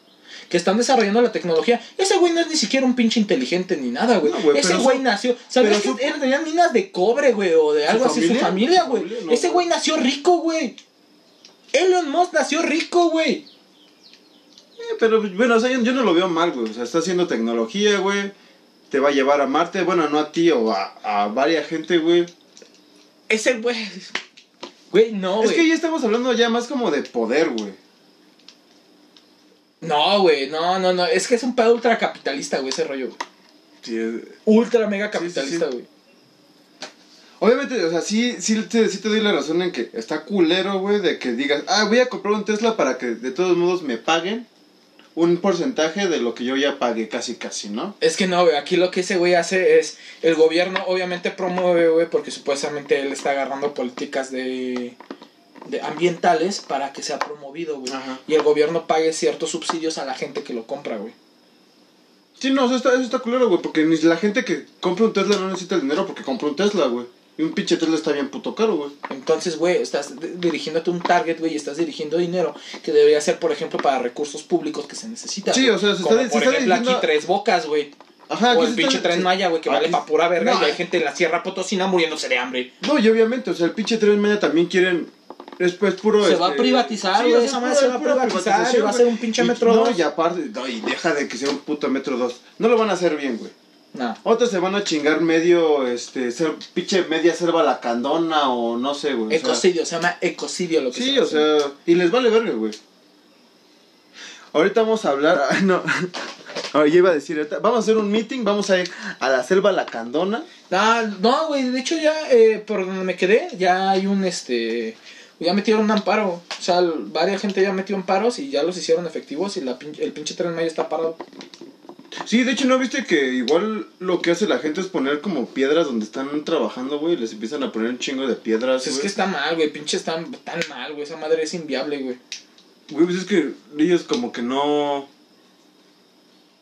C: Que están desarrollando la tecnología. Ese güey no es ni siquiera un pinche inteligente ni nada, güey.
B: No, güey,
C: ese
B: pero
C: güey
B: su-
C: nació. ¿Sabes
B: pero
C: que
B: su-
C: él tenía minas de cobre, güey? O de
B: ¿Su
C: algo así, su
B: familia?
C: familia,
B: Su
C: güey.
B: familia, no,
C: ese güey
B: güey.
C: nació rico, güey. Elon Musk nació rico, güey.
B: Eh, pero bueno, o sea, yo, yo no lo veo mal, güey. O sea, está haciendo tecnología, güey. Te va a llevar a Marte, bueno, no a ti o a, a varias gente, güey.
C: Ese güey. Güey, no,
B: es que
C: güey.
B: ya estamos hablando ya más como de poder, güey.
C: No, güey, no, no, no. Es que es un pedo ultra capitalista, güey, ese rollo. güey.
B: Sí, eh, es-
C: Ultra mega
B: Sí, sí, sí.
C: capitalista, güey.
B: Obviamente, o sea, sí, sí, te, sí te doy la razón en que está culero, güey, de que digas, ah, voy a comprar un Tesla para que de todos modos me paguen un porcentaje de lo que yo ya pagué, casi, casi, ¿no?
C: Es que no, güey, aquí lo que ese güey hace es, el gobierno obviamente promueve, güey, porque supuestamente él está agarrando políticas de, de ambientales para que sea promovido, güey.
B: Ajá.
C: Y el gobierno pague ciertos subsidios a la gente que lo compra, güey.
B: Sí, no, eso está, eso está culero, güey, porque ni la gente que compra un Tesla no necesita el dinero porque compra un Tesla, güey. Y un pinche Tesla está bien puto caro, güey.
C: Entonces, güey, estás de- dirigiéndote a un target, güey, y estás dirigiendo dinero que debería ser, por ejemplo, para recursos públicos que se necesitan.
B: Sí,
C: güey.
B: o sea, se está
C: Como,
B: di- se
C: por
B: está
C: ejemplo,
B: dirigiendo-
C: aquí Tres Bocas, güey. o
B: Ajá, aquí
C: el
B: se está-
C: pinche Tren Maya, güey, que
B: Ah,
C: vale pa' pura verga
B: no,
C: y hay gente en la Sierra Potosina muriéndose de hambre.
B: No, y obviamente, o sea, el pinche Tren Maya también quieren. Es, pues, puro.
C: Se va a privatizar, güey, esa madre se va a
B: pura
C: privatizar y
B: privatización,
C: va a ser
B: güey.
C: un pinche
B: Y-
C: Metro
B: No,
C: dos.
B: y aparte, no, y deja de que sea un puto metro 2. No lo van a hacer bien, güey.
C: No.
B: Otros se van a chingar medio, este, ser, pinche media selva lacandona o no sé, güey. o sea,
C: Ecocidio, se llama ecocidio lo que
B: sí,
C: se
B: o
C: hace.
B: sea, y les vale verga, güey. Ahorita vamos a hablar, <laughs> ah, no. Ahora, yo iba a decir, ahorita vamos a hacer un meeting, vamos a ir a la selva lacandona.
C: Ah, no, güey, de hecho ya, eh, por donde me quedé, ya hay un, este, ya metieron un amparo. O sea, l- varias gente ya metió amparos y ya los hicieron efectivos y la pin- el pinche Tren Maya está parado.
B: Sí, de hecho, ¿no viste que igual lo que hace la gente es poner como piedras donde están trabajando, güey? Les empiezan a poner un chingo de piedras,
C: Pues es
B: güey.
C: que está mal, güey, pinche está tan mal, güey, esa madre es inviable, güey.
B: Güey, pues es que ellos como que no...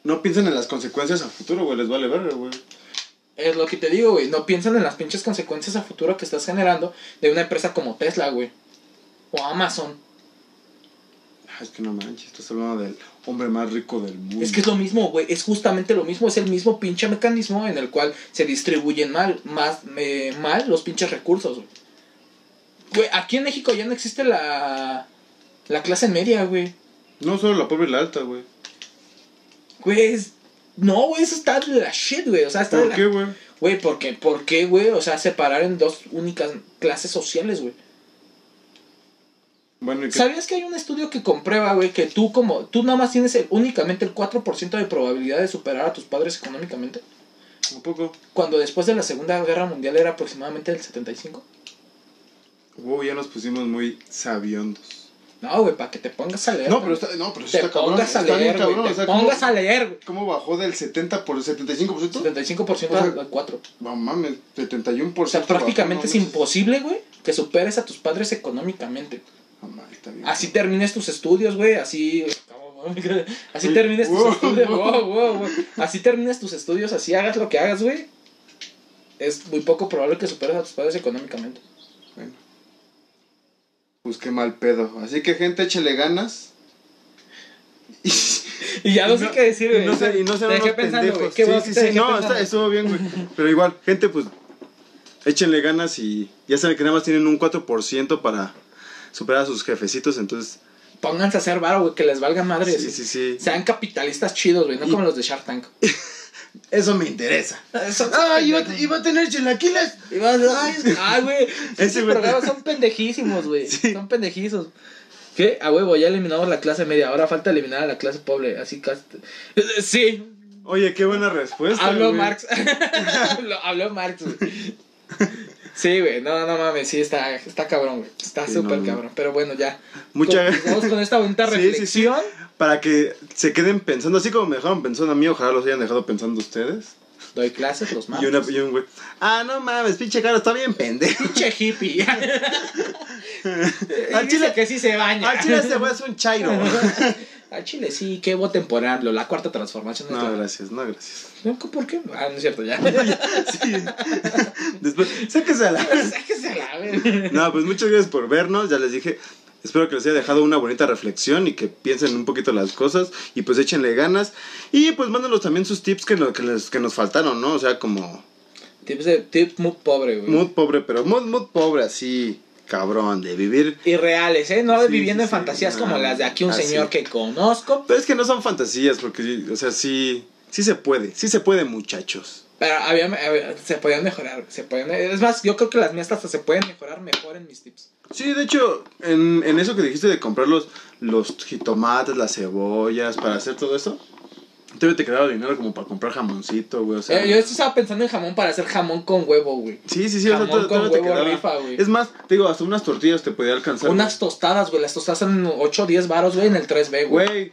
B: No piensan en las consecuencias a futuro, güey. Les vale verga, güey.
C: Es lo que te digo, güey, no piensan en las pinches consecuencias a futuro que estás generando de una empresa como Tesla, güey. O Amazon.
B: Ah, Es que no manches, estás hablando del hombre más rico del mundo.
C: Es que es lo mismo, güey. Es justamente lo mismo. Es el mismo pinche mecanismo en el cual se distribuyen mal, más, eh, mal los pinches recursos, güey. Güey, aquí en México ya no existe la, la clase media, güey.
B: No solo la pobre y la alta, güey.
C: Güey, es- no, güey, eso está de la shit, güey. O sea, está de
B: ¿Por
C: la-
B: qué, güey?
C: Güey, ¿por qué? ¿Por qué, güey? O sea, separar en dos únicas clases sociales, güey.
B: Bueno, ¿y qué?
C: ¿Sabías que hay un estudio que comprueba, güey, que tú como... Tú nada más tienes el- únicamente el 4% de probabilidad de superar a tus padres económicamente?
B: Un poco.
C: cuando después de la Segunda Guerra Mundial era aproximadamente el 75.
B: Wow, ya nos pusimos muy sabiondos.
C: No, güey, para que te pongas a leer.
B: No,
C: güey.
B: pero está, no, pero sí
C: te
B: está cabrón.
C: pongas a
B: está bien
C: leer, güey,
B: cabrón,
C: te
B: o sea, ¿cómo-
C: pongas a leer, güey.
B: ¿Cómo bajó del 70 por 75%?
C: 75%
B: O sea,
C: al 4.
B: No mames, 71%.
C: O sea, prácticamente es imposible, güey, que superes a tus padres económicamente. Así termines tus estudios, güey, así... <laughs> Así
B: Uy,
C: termines tus
B: wow,
C: estudios,
B: wow.
C: wow, wow, wow. Así termines tus estudios, así hagas lo que hagas, güey. Es muy poco probable que superes a tus padres económicamente.
B: Pues qué mal pedo. Así que, gente, échele ganas. Y,
C: Y ya no,
B: y
C: sé qué decir, güey.
B: Y no, sé, y no sean
C: Te dejé
B: unos
C: pensando, güey.
B: pendejos.
C: Qué bueno
B: sí,
C: que te
B: sí, sí.
C: dejé
B: No,
C: pensando.
B: está, estuvo bien, güey. Pero igual, gente, pues échenle ganas y ya saben que nada más tienen un 4% para superar a sus jefecitos. Entonces,
C: Pónganse a hacer varo, güey, que les valga madre.
B: sí, sí, sí.
C: Sean capitalistas chidos, güey, no
B: Y-
C: como los de Shark Tank.
B: Eso me interesa.
C: <laughs> Eso-
B: Ah, iba, a- iba a tener chilaquiles.
C: Y vas, Ay, es- ay,
B: <laughs>
C: güey.
B: Ese
C: Esos
B: güey-
C: programas son pendejísimos, güey.
B: Sí.
C: Son pendejizos. ¿Qué? A huevo, ya eliminamos la clase media. Ahora falta eliminar a la clase pobre. Así casi.
B: <laughs>
C: Sí,
B: Oye, qué buena respuesta.
C: habló
B: güey.
C: Marx. <laughs> habló, habló Marx, güey. Sí, güey. No, no mames. Sí, está, está cabrón, güey. Está
B: Sí, no,
C: súper
B: no.
C: cabrón. Pero bueno, ya.
B: Mucha-
C: Vamos con esta bonita
B: <laughs> Sí, sí,
C: reflexión.
B: sí. Para que se queden pensando, así como me dejaron pensando a mí, ojalá los hayan dejado pensando ustedes.
C: Doy clases los martes.
B: Y, una, y un güey. Ah, no mames, pinche cara, está bien
C: <laughs>
B: pendejo.
C: pinche hippie.
B: Al
C: Al
B: chile-
C: chile que sí se baña.
B: Ah, chile,
C: <laughs>
B: ese güey es un chairo.
C: Al chile sí, que voten por AMLO, la cuarta transformación.
B: No, gracias, no, gracias. <laughs>
C: No, ¿Por qué? Ah, no es cierto, ya.
B: Sí. Después, sáquese a la.
C: Sáquesela, güey.
B: No, pues muchas gracias por vernos, ya les dije. Espero que les haya dejado una bonita reflexión y que piensen un poquito las cosas y pues échenle ganas. Y pues mándenos también sus tips que, no- que, les- que nos faltaron, ¿no? O sea, como
C: Tips de tip muy pobre, güey.
B: mood pobre, pero mood, mood pobre así, cabrón, de vivir.
C: Irreales, ¿eh? No de
B: Sí,
C: viviendo
B: sí,
C: en
B: sí,
C: fantasías
B: no.
C: como las de aquí un
B: Así.
C: señor que conozco.
B: Pero es que no son fantasías, porque, o sea, sí, sí se puede, sí se puede, muchachos.
C: Pero había, había- se podían mejorar, se podían, es más, yo creo que las mías hasta se pueden mejorar mejor en mis tips.
B: Sí, de hecho, en, en eso que dijiste de comprar los, los jitomates, las cebollas, para hacer todo eso, todavía te quedaba dinero como para comprar jamoncito, güey. O sea,
C: Eh, yo esto estaba pensando en jamón para hacer jamón con huevo, güey.
B: Sí, sí, sí, o sea,
C: jamón
B: todavía- todavía
C: con
B: te
C: huevo
B: quedaba.
C: rifa, güey.
B: es más, te digo, hasta unas tortillas te podía alcanzar.
C: Unas tostadas, güey, las tostadas en 8 o 10 baros, güey, en el 3B, güey.
B: Güey,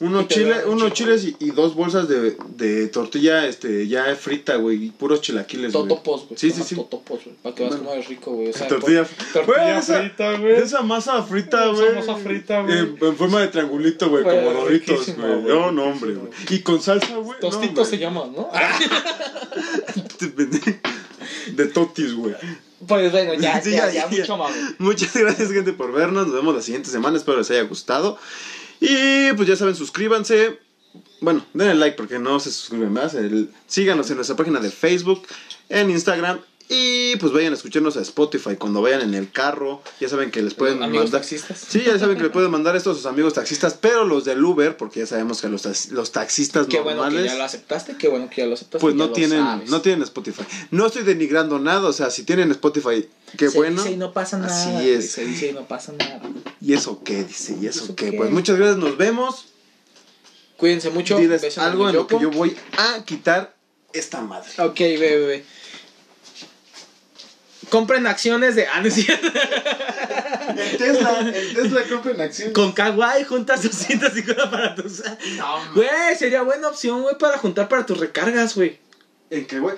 B: unos,
C: Y te
B: chile,
C: daban un
B: unos
C: chingo.
B: chiles y, y dos bolsas de, de tortilla este, ya frita, güey, y puros chilaquiles, güey.
C: Totopos, güey.
B: Sí,
C: se
B: sí,
C: llama
B: sí.
C: Totopos, güey. Para que veas
B: Bueno.
C: cómo es rico, güey. O sea,
B: Tortilla,
C: por-
B: Güey,
C: tortilla
B: esa-
C: frita,
B: de
C: güey.
B: esa masa frita,
C: Esa
B: güey.
C: masa frita, güey.
B: En, en forma de triangulito, güey,
C: Güey,
B: como doritos,
C: riquísimo,
B: güey. Oh,
C: güey,
B: No, no, hombre,
C: riquísimo.
B: güey. Y con salsa, güey. no,
C: Tostitos
B: hombre.
C: se llaman, ¿no? Ah,
B: Este pendejo. De totis, güey.
C: Pues bueno, ya,
B: Sí,
C: ya,
B: ya,
C: ya,
B: ya.
C: mucho más, güey.
B: Muchas gracias, gente, por vernos. Nos vemos la siguiente semana. Espero les haya gustado. Y pues ya saben, suscríbanse. Bueno, denle like porque no se suscriben más. El- síganos en nuestra página de Facebook, en Instagram. Y pues vayan a escucharnos a Spotify cuando vayan en el carro. Ya saben que les pueden
C: Amigos
B: Pues, mandar.
C: taxistas.
B: Sí, ya saben que le pueden mandar esto a sus amigos taxistas, pero los del Uber, porque ya sabemos que los, tax- los taxistas
C: Qué bueno
B: normales.
C: que ya lo aceptaste, qué bueno que ya lo aceptaste.
B: Pues
C: ya
B: no
C: lo
B: tienen,
C: sabes.
B: no tienen Spotify. No estoy denigrando nada, o sea, si tienen Spotify, qué
C: Se
B: bueno.
C: dice y no pasa nada.
B: Así
C: güey,
B: es.
C: Se dice y no pasa nada.
B: ¿Y eso qué? Dice, ¿y eso
C: ¿Eso
B: qué?
C: qué?
B: Pues muchas gracias, nos vemos.
C: Cuídense mucho.
B: Diles
C: besos en
B: algo
C: el
B: en lo que yo
C: yopo.
B: voy a quitar esta madre.
C: Ok, ve, ve, ve. Compren acciones de. Ah, no es cierto.
B: El Tesla, el Tesla compra en acción.
C: Con Kawaii juntas sus cintas y cosas para tus. <laughs> Güey, sería buena opción, güey, para juntar para tus recargas, güey.
B: ¿En qué, güey?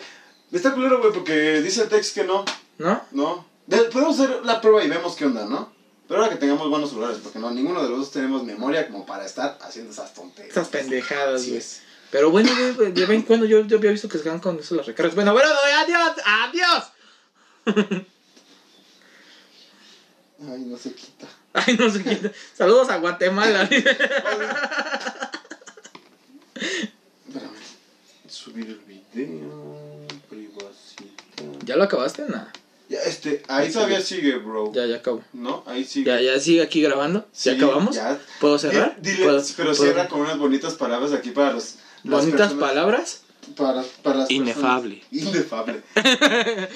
B: Está culero, güey, porque dice el text que no,
C: ¿No?
B: no. De- podemos hacer la prueba y vemos qué onda, ¿no? Pero ahora que tengamos buenos celulares, porque no, ninguno de los dos tenemos memoria como para estar haciendo esas tonterías.
C: Estas pendejadas,
B: Así
C: güey.
B: es.
C: Pero bueno, güey, güey, de vez en cuando yo, yo había visto que se ganan con eso las recargas. Bueno, bueno, güey, adiós, adiós.
B: Ay, no se quita.
C: Ay, no sé qué. Saludos a Guatemala. <laughs>
B: Espérame. Subir el video. Privacidad.
C: ¿Ya lo acabaste? Nada.
B: Ya, este, ahí todavía sigue, bro.
C: Ya, ya acabo.
B: ¿No? Ahí sigue.
C: Ya, ya sigue aquí grabando.
B: Sí,
C: ¿Ya acabamos?
B: ya.
C: ¿Puedo cerrar?
B: Eh, dile,
C: ¿Puedo-
B: pero
C: puedo-
B: cierra con unas bonitas palabras aquí para los. las
C: Bonitas
B: personas-
C: palabras.
B: Para, para las
C: Inefable. <laughs>
B: personas. Inefable.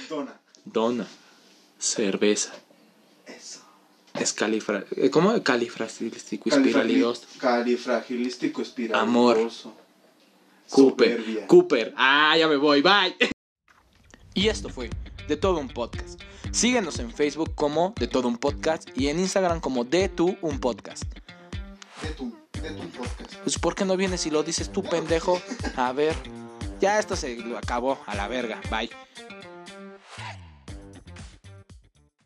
B: Dona.
C: Dona. Cerveza.
B: Eso.
C: Escalifra. eh, ¿Cómo? Califrastílico espiralidoso.
B: Califragil- Califragilístico espiral.
C: Amor. Cooper.
B: Soberbia.
C: Cooper. Ah, ya me voy. Bye. <laughs> Y esto fue De Todo Un Podcast. Síguenos en Facebook como De Todo Un Podcast y en Instagram como De Tu Un Podcast.
B: De tu, de tu podcast.
C: Pues ¿por qué no vienes y lo dices tú, pendejo? A ver. Ya esto se acabó. A la verga. Bye.